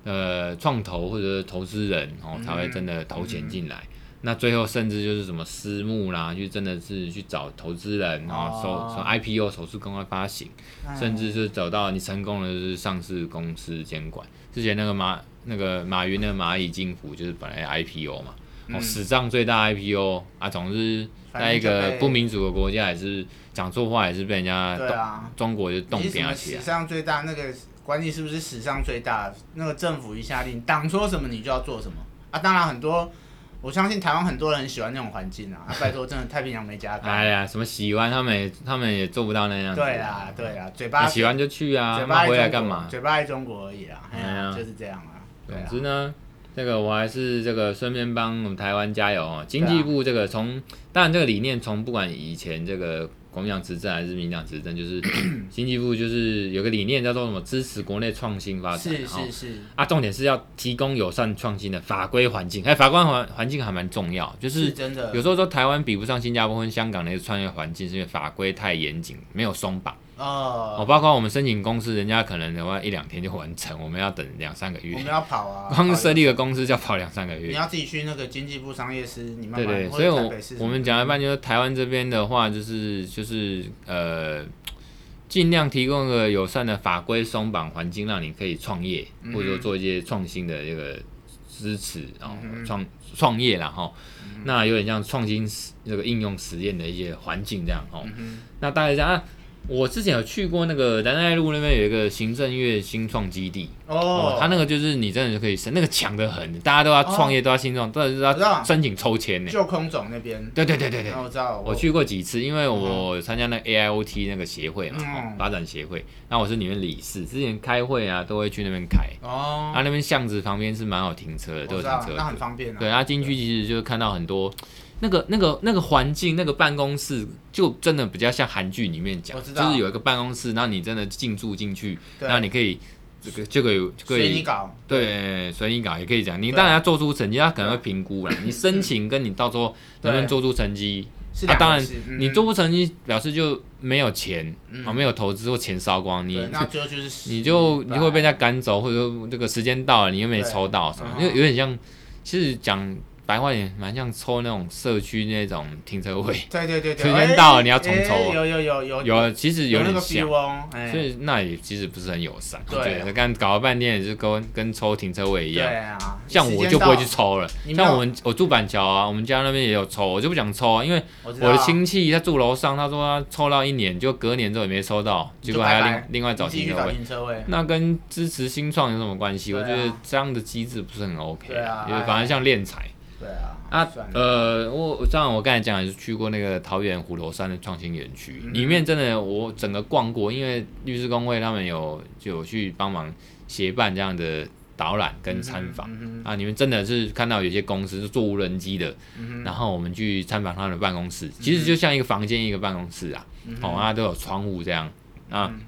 Speaker 1: 呃创投或者是投资人哦
Speaker 2: 嗯
Speaker 1: 才会真的投钱进来。那最后甚至就是什么私募啦，就真的是去找投资人，然后手
Speaker 2: 哦
Speaker 1: 手 IPO 手术公开发行，甚
Speaker 2: 嗯
Speaker 1: 至是走到你成功的就是上市公司监管。之前那个马那个马云的蚂蚁金服就是本来 IPO 嘛，哦，
Speaker 2: 嗯
Speaker 1: 史上最大 IPO 啊，总之
Speaker 2: 反正
Speaker 1: 在一个
Speaker 2: 就被
Speaker 1: 不民主的国家也是讲错话也是被人家
Speaker 2: 对
Speaker 1: 动，
Speaker 2: 啊，
Speaker 1: 中国就动
Speaker 2: 你是什
Speaker 1: 变
Speaker 2: 么
Speaker 1: 起
Speaker 2: 史
Speaker 1: 来。
Speaker 2: 上最大那个管理是不是史上最大？那个政府一下令，党说什么你就要做什么啊！当然很多，我相信台湾很多人很喜欢那种环境啊。啊拜托，真的太平洋没加
Speaker 1: 哎
Speaker 2: 干。
Speaker 1: 呀，什么喜欢他们也他们也做不到那样子。
Speaker 2: 对啦，对啦，嘴
Speaker 1: 哎你
Speaker 2: 巴
Speaker 1: 喜欢就去啊
Speaker 2: 嘴，巴
Speaker 1: 那
Speaker 2: 爱
Speaker 1: 回来
Speaker 2: 中
Speaker 1: 干
Speaker 2: 国
Speaker 1: 嘛？
Speaker 2: 嘴巴爱中国而已啦，哎
Speaker 1: 哎呀
Speaker 2: 呀，就是这样啊。对
Speaker 1: 总
Speaker 2: 啊，
Speaker 1: 之呢，这个我还是这个顺便帮我们台湾加油
Speaker 2: 啊
Speaker 1: 哦。经济部这个从，当然这个理念从不管以前这个国民党执政还是民进党执政，就是 经济部就是有个理念叫做什么支持国内创新发展，
Speaker 2: 是
Speaker 1: 哦
Speaker 2: 是是，
Speaker 1: 啊，重点是要提供友善创新的法规环境，哎，法规环环境还蛮重要，就是
Speaker 2: 是真的
Speaker 1: 有。时候说台湾比不上新加坡跟香港的一个创业环境，是因为法规太严谨，没有松绑。哦，
Speaker 2: 呃，
Speaker 1: 包括我们申请公司，人家可能的话一两天就完成，我们要等两三个
Speaker 2: 我
Speaker 1: 月
Speaker 2: 们，要跑啊，
Speaker 1: 光
Speaker 2: 跑
Speaker 1: 设立一个公司就要跑两三个
Speaker 2: 你
Speaker 1: 月。
Speaker 2: 要自己去那个经济部商业司，你慢
Speaker 1: 对
Speaker 2: 慢
Speaker 1: 对，
Speaker 2: 或
Speaker 1: 所
Speaker 2: 者
Speaker 1: 以
Speaker 2: 台
Speaker 1: 我
Speaker 2: 北市
Speaker 1: 我们讲一半就是台湾这边的话，就是就是呃，尽量提供一个友善的法规松绑环境，让你可以创业，
Speaker 2: 嗯哼
Speaker 1: 或者说做一些创新的这个支持，然后
Speaker 2: 嗯哼嗯
Speaker 1: 创创业然后那有点像创新实这个应用实验的一些环境这样哦。
Speaker 2: 嗯哼
Speaker 1: 那大概这样、啊，我之前有去过那个仁爱路那边有一个行政院新创基地，哦
Speaker 2: 哦，，
Speaker 1: 他那个就是你真的就可以申，那个强的很，大家都要创业，都要新创，都是
Speaker 2: 哦我知道
Speaker 1: 要申请抽签呢。
Speaker 2: 旧空总那边，
Speaker 1: 对对对对对，
Speaker 2: 啊我知道，
Speaker 1: 我去过几次，因为我参加那个 AIOT 那个协会嘛，
Speaker 2: 嗯
Speaker 1: 哦发展协会，那我是里面理事，之前开会啊都会去那边开，
Speaker 2: 哦，
Speaker 1: 啊那边巷子旁边是蛮好停车的，
Speaker 2: 我
Speaker 1: 都有
Speaker 2: 知
Speaker 1: 停
Speaker 2: 道，
Speaker 1: 车
Speaker 2: 那很
Speaker 1: 格。
Speaker 2: 方便啊，
Speaker 1: 对，啊进去其实就看到很多那个那个那个环境，那个办公室就真的比较像韩剧里面讲
Speaker 2: 我，知道
Speaker 1: 就是有一个办公室，然后你真的进驻进去，
Speaker 2: 对
Speaker 1: 然后你可以这个这个有这个
Speaker 2: 随你搞，
Speaker 1: 对，所以你搞也可以讲，你
Speaker 2: 对啊
Speaker 1: 当然要做出成绩，他可能会评估啦。你申请跟你到时候能不能
Speaker 2: 对
Speaker 1: 做出成绩，
Speaker 2: 是
Speaker 1: 啊
Speaker 2: 两
Speaker 1: 当
Speaker 2: 回
Speaker 1: 然
Speaker 2: 事，嗯
Speaker 1: 你做不成绩表示就没有钱
Speaker 2: 嗯
Speaker 1: 啊，没有投资或钱烧光，你
Speaker 2: 对那最后就是
Speaker 1: 你就
Speaker 2: 失败
Speaker 1: 你会被人家赶走，或者说这个时间到了你又没抽到什么，因
Speaker 2: 对啊
Speaker 1: 为有点像，其实讲白话点，蛮像抽那种社区那种停车位，
Speaker 2: 对对对
Speaker 1: 时
Speaker 2: 对，
Speaker 1: 间
Speaker 2: 哎
Speaker 1: 到了你要重
Speaker 2: 哎
Speaker 1: 抽
Speaker 2: 有有有有
Speaker 1: 有啊其实
Speaker 2: 有那
Speaker 1: 点
Speaker 2: 个 feel
Speaker 1: 像。
Speaker 2: 哦，哎
Speaker 1: 所以那也其实不是很友善，
Speaker 2: 对啊
Speaker 1: 对，刚搞了半天也是跟跟抽停车位一
Speaker 2: 对
Speaker 1: 样，
Speaker 2: 啊，
Speaker 1: 像我就不会去抽了
Speaker 2: 你。没有
Speaker 1: 像我们我住板桥啊，我们家那边也有抽，我就不想抽啊，因为
Speaker 2: 我
Speaker 1: 我的亲戚他住楼上，他说他抽到一年，就隔年之后也没抽到，
Speaker 2: 你
Speaker 1: 结
Speaker 2: 就
Speaker 1: 果还要
Speaker 2: 拜
Speaker 1: 另
Speaker 2: 拜
Speaker 1: 另外找
Speaker 2: 继
Speaker 1: 新
Speaker 2: 续
Speaker 1: 的
Speaker 2: 找
Speaker 1: 位。
Speaker 2: 停车位，
Speaker 1: 那跟支持新创有什么关系？
Speaker 2: 对
Speaker 1: 我
Speaker 2: 啊
Speaker 1: 觉得这样的机制不是很 OK，
Speaker 2: 对啊
Speaker 1: 因为反而像敛财
Speaker 2: 对啊，
Speaker 1: 啊
Speaker 2: 算，了，
Speaker 1: 呃，我当然我刚才讲也是去过那个桃园虎头山的创新园区，
Speaker 2: 嗯
Speaker 1: 里面真的我整个逛过，因为律师工会他们有就有去帮忙协办这样的导览跟参访。
Speaker 2: 嗯
Speaker 1: 啊，你们真的是看到有些公司是做无人机的，
Speaker 2: 哼嗯
Speaker 1: 然后我们去参访他们的办公室，其实就像一个房间一个办公室啊，
Speaker 2: 嗯
Speaker 1: 哦，啊都有窗户这样。啊，
Speaker 2: 嗯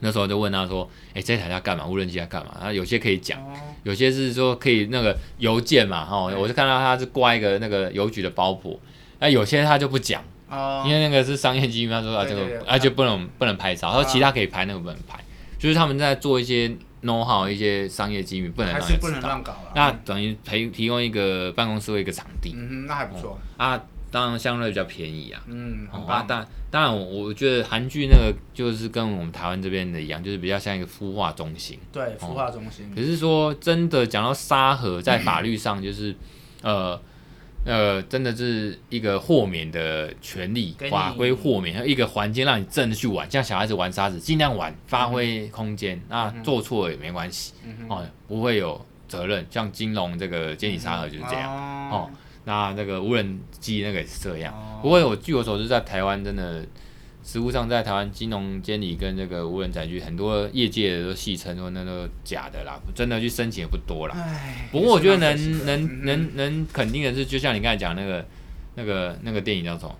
Speaker 1: 那时候就问他说，哎、这台要干嘛？无人机要干嘛？啊，有些可以讲，
Speaker 2: 哦
Speaker 1: 有些是说可以那个邮件嘛，哈、
Speaker 2: 对
Speaker 1: 我就看到他是挂一个那个邮局的包裹，那、有些他就不讲，
Speaker 2: 哦
Speaker 1: 因为那个是商业机密，他说啊
Speaker 2: 对
Speaker 1: 这
Speaker 2: 对
Speaker 1: 个
Speaker 2: 对
Speaker 1: 啊就不能不能拍照，他说
Speaker 2: 啊
Speaker 1: 其他可以拍，那个不能拍，就是他们在做一些 know how 一些商业机密，不能
Speaker 2: 还
Speaker 1: 让
Speaker 2: 是
Speaker 1: 人
Speaker 2: 不能
Speaker 1: 知道。
Speaker 2: 乱搞了，
Speaker 1: 那等于提提供一个办公室或一个场地
Speaker 2: 嗯哼，那还不错，
Speaker 1: 啊，当然相对比较便宜啊。
Speaker 2: 嗯，很
Speaker 1: 哦、啊
Speaker 2: 棒，，
Speaker 1: 当当然我，我觉得韩剧那个就是跟我们台湾这边的一样，就是比较像一个孵化中心。
Speaker 2: 对，孵化中心
Speaker 1: 可，是说真的，讲到沙盒，在法律上
Speaker 2: 嗯
Speaker 1: 就是，呃呃，真的是一个豁免的权利
Speaker 2: 给，你
Speaker 1: 法规豁免，还有一个环境让你真的去玩，像小孩子玩沙子，尽量玩，发挥空间，那做错了也没关系，
Speaker 2: 嗯
Speaker 1: 哦，不会有责任。像金融这个监理沙盒就是这样，
Speaker 2: 样
Speaker 1: 哦，那那个无人机那个也是这样。
Speaker 2: 哦
Speaker 1: 不过我据我所知，在台湾真的，实物上在台湾金融监理跟这个无人载具，很多业界的都戏称说那都假的啦，真的去申请也不多啦。
Speaker 2: 哎，
Speaker 1: 不过我觉得
Speaker 2: 也是
Speaker 1: 能
Speaker 2: 蛮可惜的
Speaker 1: 能，
Speaker 2: 嗯
Speaker 1: 能能肯定的是，就像你刚才讲那个那个那个电影叫什么？
Speaker 2: 哼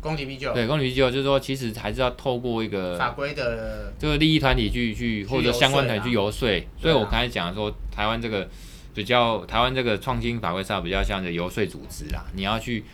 Speaker 2: 攻击必救，
Speaker 1: 对，公理机哦构就是说，其实还是要透过一
Speaker 2: 啊法
Speaker 1: 个
Speaker 2: 规的
Speaker 1: 这个利益团体去去或者
Speaker 2: 游说
Speaker 1: 相关
Speaker 2: 啦啊
Speaker 1: 团体去游说。所以我刚才讲说，台湾这个比较台湾这个创新法规上比较像是游说组织啦，你要去。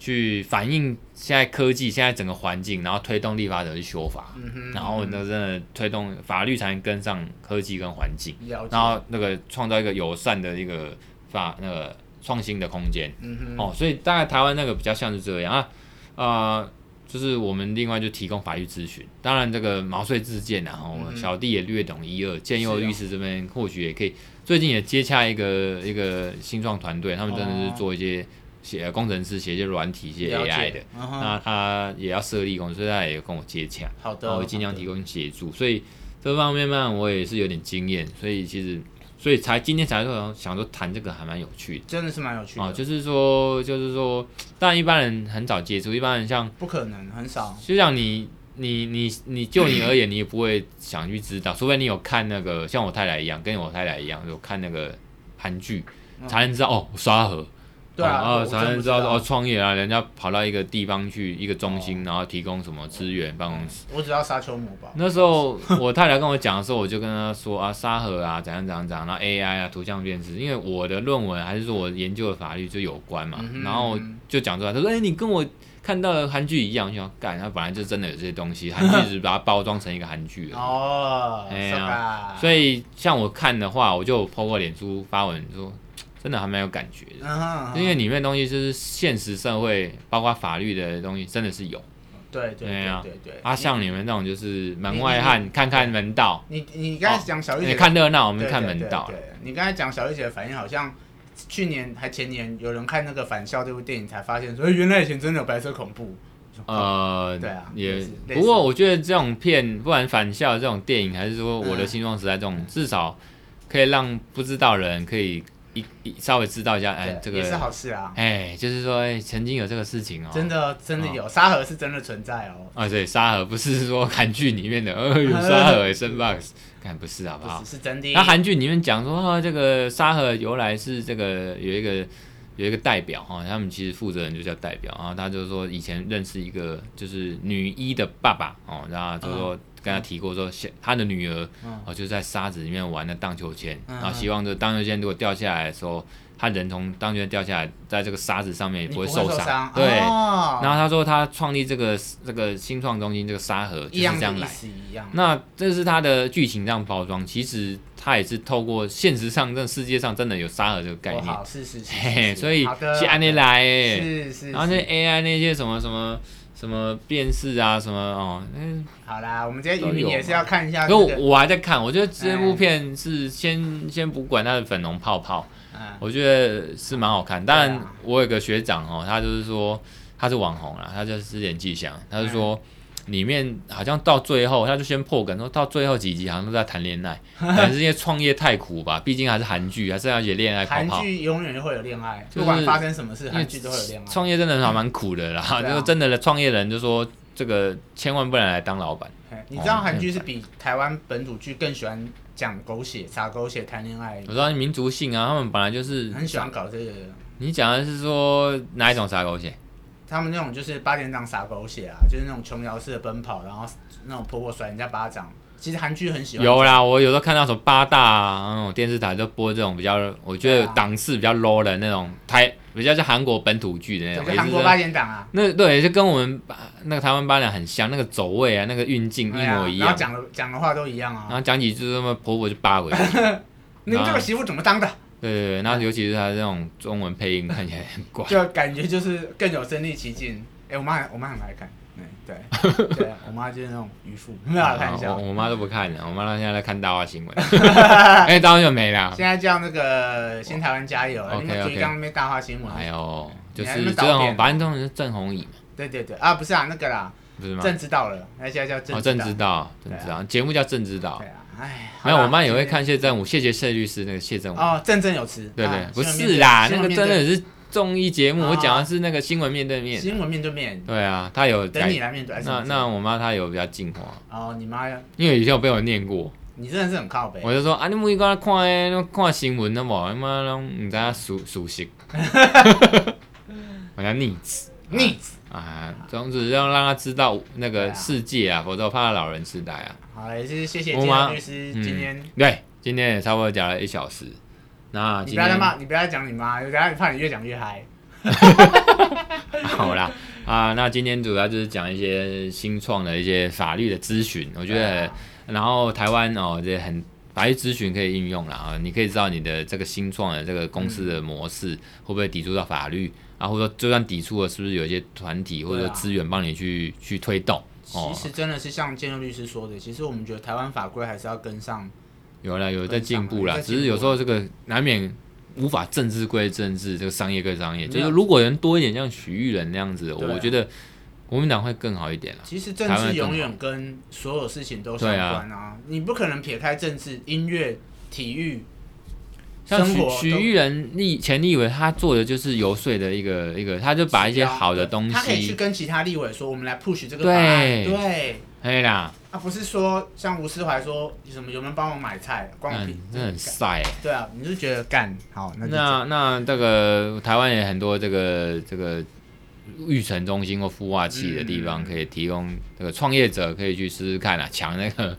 Speaker 1: 去反映现在科技，现在整个环境，然后推动立法者去修法，
Speaker 2: 嗯哼
Speaker 1: 然后呢，真的推动法律才能跟上科技跟环境，
Speaker 2: 了解
Speaker 1: 然，后那个创造一个友善的一个法那个创新的空间。
Speaker 2: 嗯哼，
Speaker 1: 哦，所以大概台湾那个比较像是这样啊，呃，就是我们另外就提供法律咨询，当然这个毛遂自荐啊，哦
Speaker 2: 嗯、哼
Speaker 1: 小弟也略懂一二，建佑
Speaker 2: 是啊
Speaker 1: 律师这边或许也可以，最近也接洽一个一个新创团队，他们真的
Speaker 2: 哦
Speaker 1: 是做一些写、呃工程师写一些软体、写
Speaker 2: 了解
Speaker 1: AI 的，，
Speaker 2: 嗯哼
Speaker 1: 那他也要设立公司，所以他也有跟我接洽，哦
Speaker 2: 好的，
Speaker 1: 然后我尽量
Speaker 2: 好的
Speaker 1: 提供协助，所以这方面嘛，我也是有点经验，所以其实所以才今天才说想说谈这个还蛮有趣的。
Speaker 2: 真的是蛮有趣的，
Speaker 1: 哦，就是说，就是说，但一般人很少接触，一般人像
Speaker 2: 不可能，很少。
Speaker 1: 就像你，你，你，你就你而言，你也不会想去知道，除非你有看那个，像我太太一样，跟我太太一样有看那个韩剧，
Speaker 2: 嗯
Speaker 1: 才能知道哦，沙盒，
Speaker 2: 对啊，
Speaker 1: 哦，
Speaker 2: 我
Speaker 1: 哦才
Speaker 2: 真
Speaker 1: 能
Speaker 2: 不
Speaker 1: 知道哦，，创业啊，人家跑到一个地方去，一个中心，
Speaker 2: 哦
Speaker 1: 然后提供什么资源、办公室。
Speaker 2: 我只要沙丘魔堡。
Speaker 1: 那时候我太太跟我讲的时候，我就跟她说啊，沙盒啊，怎样怎样怎样，然后 AI 啊，图像辨识，因为我的论文还是说我研究的法律就有关嘛，
Speaker 2: 嗯哼嗯
Speaker 1: 然后就讲出来，她说，哎、你跟我看到了韩剧一样，就想干，它本来就真的有这些东西，韩剧只是把它 包装成一个韩剧了。
Speaker 2: 哦，
Speaker 1: 哎呀
Speaker 2: 以，
Speaker 1: 所以像我看的话，我就 PO 过脸书发文说，真的还蛮有感觉的，
Speaker 2: 嗯哼，
Speaker 1: 因为里面的东西就是现实社会，包括法律的东西，真的是有。
Speaker 2: 对对
Speaker 1: 哎呀
Speaker 2: 对对对，
Speaker 1: 啊，像你们那种就是门外汉，看看门道，
Speaker 2: 你你刚才讲小玉姐
Speaker 1: 哦你
Speaker 2: 的
Speaker 1: 看热闹，我
Speaker 2: 我
Speaker 1: 们看门道
Speaker 2: 对。对你刚才讲小玉姐的反应，好像去年还前年有人看那个《返校》这部电影，才发现说，哎原来以前真的有白色恐怖。
Speaker 1: 呃，
Speaker 2: 对啊类
Speaker 1: 也
Speaker 2: 似类似
Speaker 1: 不过我觉得这种片，不管返校这种电影，还是说
Speaker 2: 嗯
Speaker 1: 我的新装时代这种，至少可以让不知道的人可以一一稍微知道一下，哎
Speaker 2: 对，
Speaker 1: 这
Speaker 2: 也是
Speaker 1: 个，
Speaker 2: 好事啊，
Speaker 1: 哎，就是说，哎，曾经有这个事情哦，
Speaker 2: 真的真的有沙盒是真的存在哦，
Speaker 1: 啊，对，沙盒不是说 韩剧里面的，呃， 有沙盒哎生 box，看不是好不好
Speaker 2: 不？是是真的。
Speaker 1: 那韩剧里面讲说，啊这个沙盒由来是这个有一个有一个代表哈、他们其实负责人就叫代表，然后他就说以前认识一个就是女一的爸爸哦，然后就说跟他提过说，现他的女儿
Speaker 2: 嗯
Speaker 1: 哦就在沙子里面玩的荡秋千，
Speaker 2: 嗯
Speaker 1: 然后希望这荡秋千如果掉下来的时候，他人从荡秋千掉下来，在这个沙子上面也
Speaker 2: 你
Speaker 1: 不
Speaker 2: 不会
Speaker 1: 受
Speaker 2: 伤，
Speaker 1: 对。
Speaker 2: 哦
Speaker 1: 然后他说，他创立这个这个新创中心，这个沙盒就是
Speaker 2: 一
Speaker 1: 这
Speaker 2: 样
Speaker 1: 样
Speaker 2: 的
Speaker 1: 来
Speaker 2: 意。思一样。
Speaker 1: 那这是它的剧情这样包装，其实它也是透过现实上，这世界上真的有沙盒这个概
Speaker 2: 哦
Speaker 1: 念，
Speaker 2: 好 是是是
Speaker 1: 嘿
Speaker 2: 是
Speaker 1: 嘿，
Speaker 2: 是
Speaker 1: 所以
Speaker 2: 好的
Speaker 1: 是按那来、欸，
Speaker 2: 是是，
Speaker 1: 然后那
Speaker 2: 是
Speaker 1: AI 那些什么什么什么辨识啊，什么哦，嗯，
Speaker 2: 好啦，我们今天渔
Speaker 1: 都
Speaker 2: 民
Speaker 1: 有
Speaker 2: 也是要看一下
Speaker 1: 可
Speaker 2: 这
Speaker 1: 我
Speaker 2: 个，哎
Speaker 1: 我还在看，我觉得这部片是先先不管它的粉红泡泡，
Speaker 2: 嗯
Speaker 1: 我觉得是蛮好看。当
Speaker 2: 对
Speaker 1: 然
Speaker 2: 啊，
Speaker 1: 我有个学长哦，他就是说他是网红啦，他就是演技翔，他就说。
Speaker 2: 嗯
Speaker 1: 里面好像到最后，他就先破梗，说到最后几集好像都在谈恋 爱，可能是因为创业太苦吧，毕竟还是韩剧，还是要写恋爱泡
Speaker 2: 韩
Speaker 1: 泡。
Speaker 2: 剧永远会有恋爱，
Speaker 1: 就是
Speaker 2: 不管发生什么事，
Speaker 1: 因为
Speaker 2: 韩剧都会有恋爱。
Speaker 1: 创业真的还蛮苦的啦，
Speaker 2: 对啊
Speaker 1: 就是真的创业人就说这个千万不能来当老板，
Speaker 2: 嘿你知道韩剧是比台湾本土剧更喜欢讲狗血、撒狗血、谈恋爱
Speaker 1: 我，知道民族性啊，他们本来哦就是
Speaker 2: 很喜欢搞这个。
Speaker 1: 你讲的是说哪一种撒狗血？
Speaker 2: 他们那种就是八点档撒狗血啊，就是那种琼瑶式的奔跑，然后那种婆婆甩人家巴掌。其实韩剧很喜欢，
Speaker 1: 有啦，我有时候看到什么八大啊，那种电视台都播这种比较，我觉
Speaker 2: 啊
Speaker 1: 得档次比较 low 的那种台，比较是韩国本土剧的那
Speaker 2: 就
Speaker 1: 种，
Speaker 2: 是
Speaker 1: 也
Speaker 2: 韩
Speaker 1: 是
Speaker 2: 国
Speaker 1: 说
Speaker 2: 八点档啊，
Speaker 1: 那对，就跟我们八那个台湾八两很像，那个走位啊，那个运镜一
Speaker 2: 对啊
Speaker 1: 模一样
Speaker 2: 然后。讲的讲的话都一样啊
Speaker 1: 然。后讲几句，那么婆婆就扒 回去。
Speaker 2: 你们这个媳妇怎么当的？
Speaker 1: 对对对，然后尤其是他这种中文配音看起来很怪。
Speaker 2: 就感觉就是更有身临其境。哎、我妈我妈很爱看，对对 对，我妈就是那种渔夫，没有啦开玩
Speaker 1: 啊
Speaker 2: 笑
Speaker 1: 我。我妈都不看的，我妈现在在看大话 新闻，哎，大话新闻没啦。
Speaker 2: 现在叫那个新台湾加油啊，
Speaker 1: 哦 OK，
Speaker 2: 你们注意
Speaker 1: OK
Speaker 2: 刚刚那边大话新闻。
Speaker 1: 哎呦，就
Speaker 2: 你还
Speaker 1: 是
Speaker 2: 是
Speaker 1: 郑
Speaker 2: 导
Speaker 1: 红，
Speaker 2: 演
Speaker 1: 反正这种是郑红颖嘛，
Speaker 2: 对对对啊，不是啊，那个啦，
Speaker 1: 不是吗？
Speaker 2: 政治到了，那现在叫
Speaker 1: 哦，
Speaker 2: 政
Speaker 1: 郑
Speaker 2: 治
Speaker 1: 知
Speaker 2: 道。
Speaker 1: 道，郑知道，节目叫郑知道
Speaker 2: 对。啊，哎，
Speaker 1: 没有，
Speaker 2: 好啦
Speaker 1: 我妈也会看谢振武，谢谢谢律师那个谢振武，
Speaker 2: 哦，振振有词。
Speaker 1: 对对
Speaker 2: 啊，
Speaker 1: 不
Speaker 2: 新闻
Speaker 1: 是
Speaker 2: 面对
Speaker 1: 啦，
Speaker 2: 新
Speaker 1: 那
Speaker 2: 闻
Speaker 1: 个真的
Speaker 2: 面
Speaker 1: 是综艺节目，
Speaker 2: 哦
Speaker 1: 我讲的是那个新闻面对面。
Speaker 2: 新闻面对面，
Speaker 1: 对啊，她有
Speaker 2: 等你
Speaker 1: 改。
Speaker 2: 来面对。还是
Speaker 1: 那
Speaker 2: 你
Speaker 1: 那我妈她有比较进化，
Speaker 2: 哦，你妈，
Speaker 1: 因为以前有被我念过，
Speaker 2: 你真的是很靠北。
Speaker 1: 我就说啊，你每个看那看新闻的嘛，他妈拢唔知影熟熟 悉，我叫逆子
Speaker 2: 你
Speaker 1: 啊，总之要让她知道那
Speaker 2: 对
Speaker 1: 个
Speaker 2: 啊
Speaker 1: 世界啊，否则怕她老人痴呆啊。
Speaker 2: 好，也是谢谢
Speaker 1: 我
Speaker 2: 金
Speaker 1: 妈
Speaker 2: 律师
Speaker 1: 嗯
Speaker 2: 今天
Speaker 1: 对，今天也差不多讲了一小时，那
Speaker 2: 你
Speaker 1: 今
Speaker 2: 不要再
Speaker 1: 天
Speaker 2: 骂，你不要再讲你妈，等下怕你越讲越嗨。
Speaker 1: 好啦，啊，那今天主要就是讲一些新创的一些法律的咨询，我觉
Speaker 2: 对
Speaker 1: 得
Speaker 2: 啊，
Speaker 1: 然后台湾哦，这很法律咨询可以应用啦啊，你可以知道你的这个新创的这个公司的模式、
Speaker 2: 嗯
Speaker 1: 会不会抵触到法律啊，或者说就算抵触了，是不是有一些团体或者
Speaker 2: 对啊
Speaker 1: 资源帮你去、去推动？
Speaker 2: 其
Speaker 1: 哦，
Speaker 2: 实真的是像建佑律师说的，其实我们觉得台湾法规还是要跟上。
Speaker 1: 有啦，有在进步啦，
Speaker 2: 有在进步啊
Speaker 1: 只是有时候这个难免。无法政治归政治，这个商业归商业，
Speaker 2: 没有
Speaker 1: 就是如果人多一点，像许玉人那样子，
Speaker 2: 对啊
Speaker 1: 我觉得国民党会更好一点啦。
Speaker 2: 其实政
Speaker 1: 台湾
Speaker 2: 治
Speaker 1: 更好
Speaker 2: 永远跟所有事情都相关啊，你不可能撇开政治、音乐、体育、
Speaker 1: 像
Speaker 2: 生
Speaker 1: 许
Speaker 2: 活
Speaker 1: 许
Speaker 2: 都
Speaker 1: 玉人立前立委，他做的就是游说的一个一个，他就把一些好的东
Speaker 2: 啊他可以去
Speaker 1: 西，
Speaker 2: 跟其他立委说，我们来 push 这个法案。
Speaker 1: 对
Speaker 2: 对，
Speaker 1: 哎啦，
Speaker 2: 啊，不是说像吴思怀说什么有没有帮我买菜，光我
Speaker 1: 嗯
Speaker 2: 屁，
Speaker 1: 这很晒、欸。
Speaker 2: 对啊，你就觉得干好，那就
Speaker 1: 那那这个台湾也很多这个这个育成中心或孵化器的地方，
Speaker 2: 嗯
Speaker 1: 可以提供这个创业者可以去试试看啊， 抢那个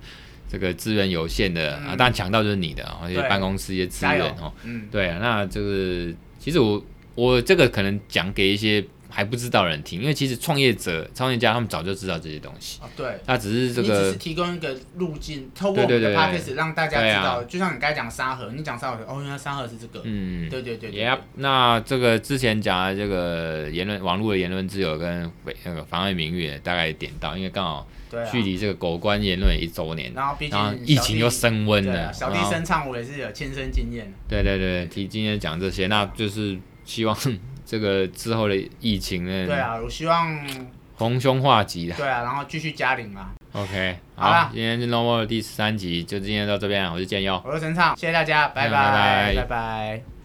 Speaker 1: 这个资源有限的啊，
Speaker 2: 嗯
Speaker 1: 当然抢到就是你的啊，而且
Speaker 2: 对
Speaker 1: 办公室一些资
Speaker 2: 加
Speaker 1: 源
Speaker 2: 油
Speaker 1: 哦，
Speaker 2: 嗯，
Speaker 1: 对啊，那这个其实我我这个可能讲给一些还不知道的人听，因为其实创业者、创业家他们早就知道这些东西，
Speaker 2: 哦，对，
Speaker 1: 他只是这
Speaker 2: 你只
Speaker 1: 个
Speaker 2: 是提供一个路径，透过我
Speaker 1: 对
Speaker 2: 们
Speaker 1: 对
Speaker 2: 的
Speaker 1: 对
Speaker 2: podcast 让大家
Speaker 1: 对
Speaker 2: 知
Speaker 1: 啊
Speaker 2: 道，就像你刚才讲沙盒，你讲沙盒，哦，原来沙盒是这个，
Speaker 1: 嗯。
Speaker 2: 对对对对
Speaker 1: Yep，那这个之前讲的这个言论，网络的言论自由跟违那个妨碍名誉，大概也点到，因为刚好
Speaker 2: 对啊
Speaker 1: 距离这个狗官言论也一周年，
Speaker 2: 然后毕
Speaker 1: 然后
Speaker 2: 竟
Speaker 1: 疫情又
Speaker 2: 又
Speaker 1: 升温了，
Speaker 2: 啊小弟
Speaker 1: 然后
Speaker 2: 声唱我也是有亲身经验的，
Speaker 1: 对对对，提今天讲这些，那就是希望这个之后的疫情呢，
Speaker 2: 对啊，我希望
Speaker 1: 逢凶化吉的。
Speaker 2: 对啊，然后继续加零啊，
Speaker 1: OK，
Speaker 2: 好啦
Speaker 1: 今天是 No More 的第十三集，就今天到这边了，我是建佑。
Speaker 2: 我是声唱，谢谢大家，拜
Speaker 1: 嗯拜
Speaker 2: 拜
Speaker 1: 拜
Speaker 2: 拜拜。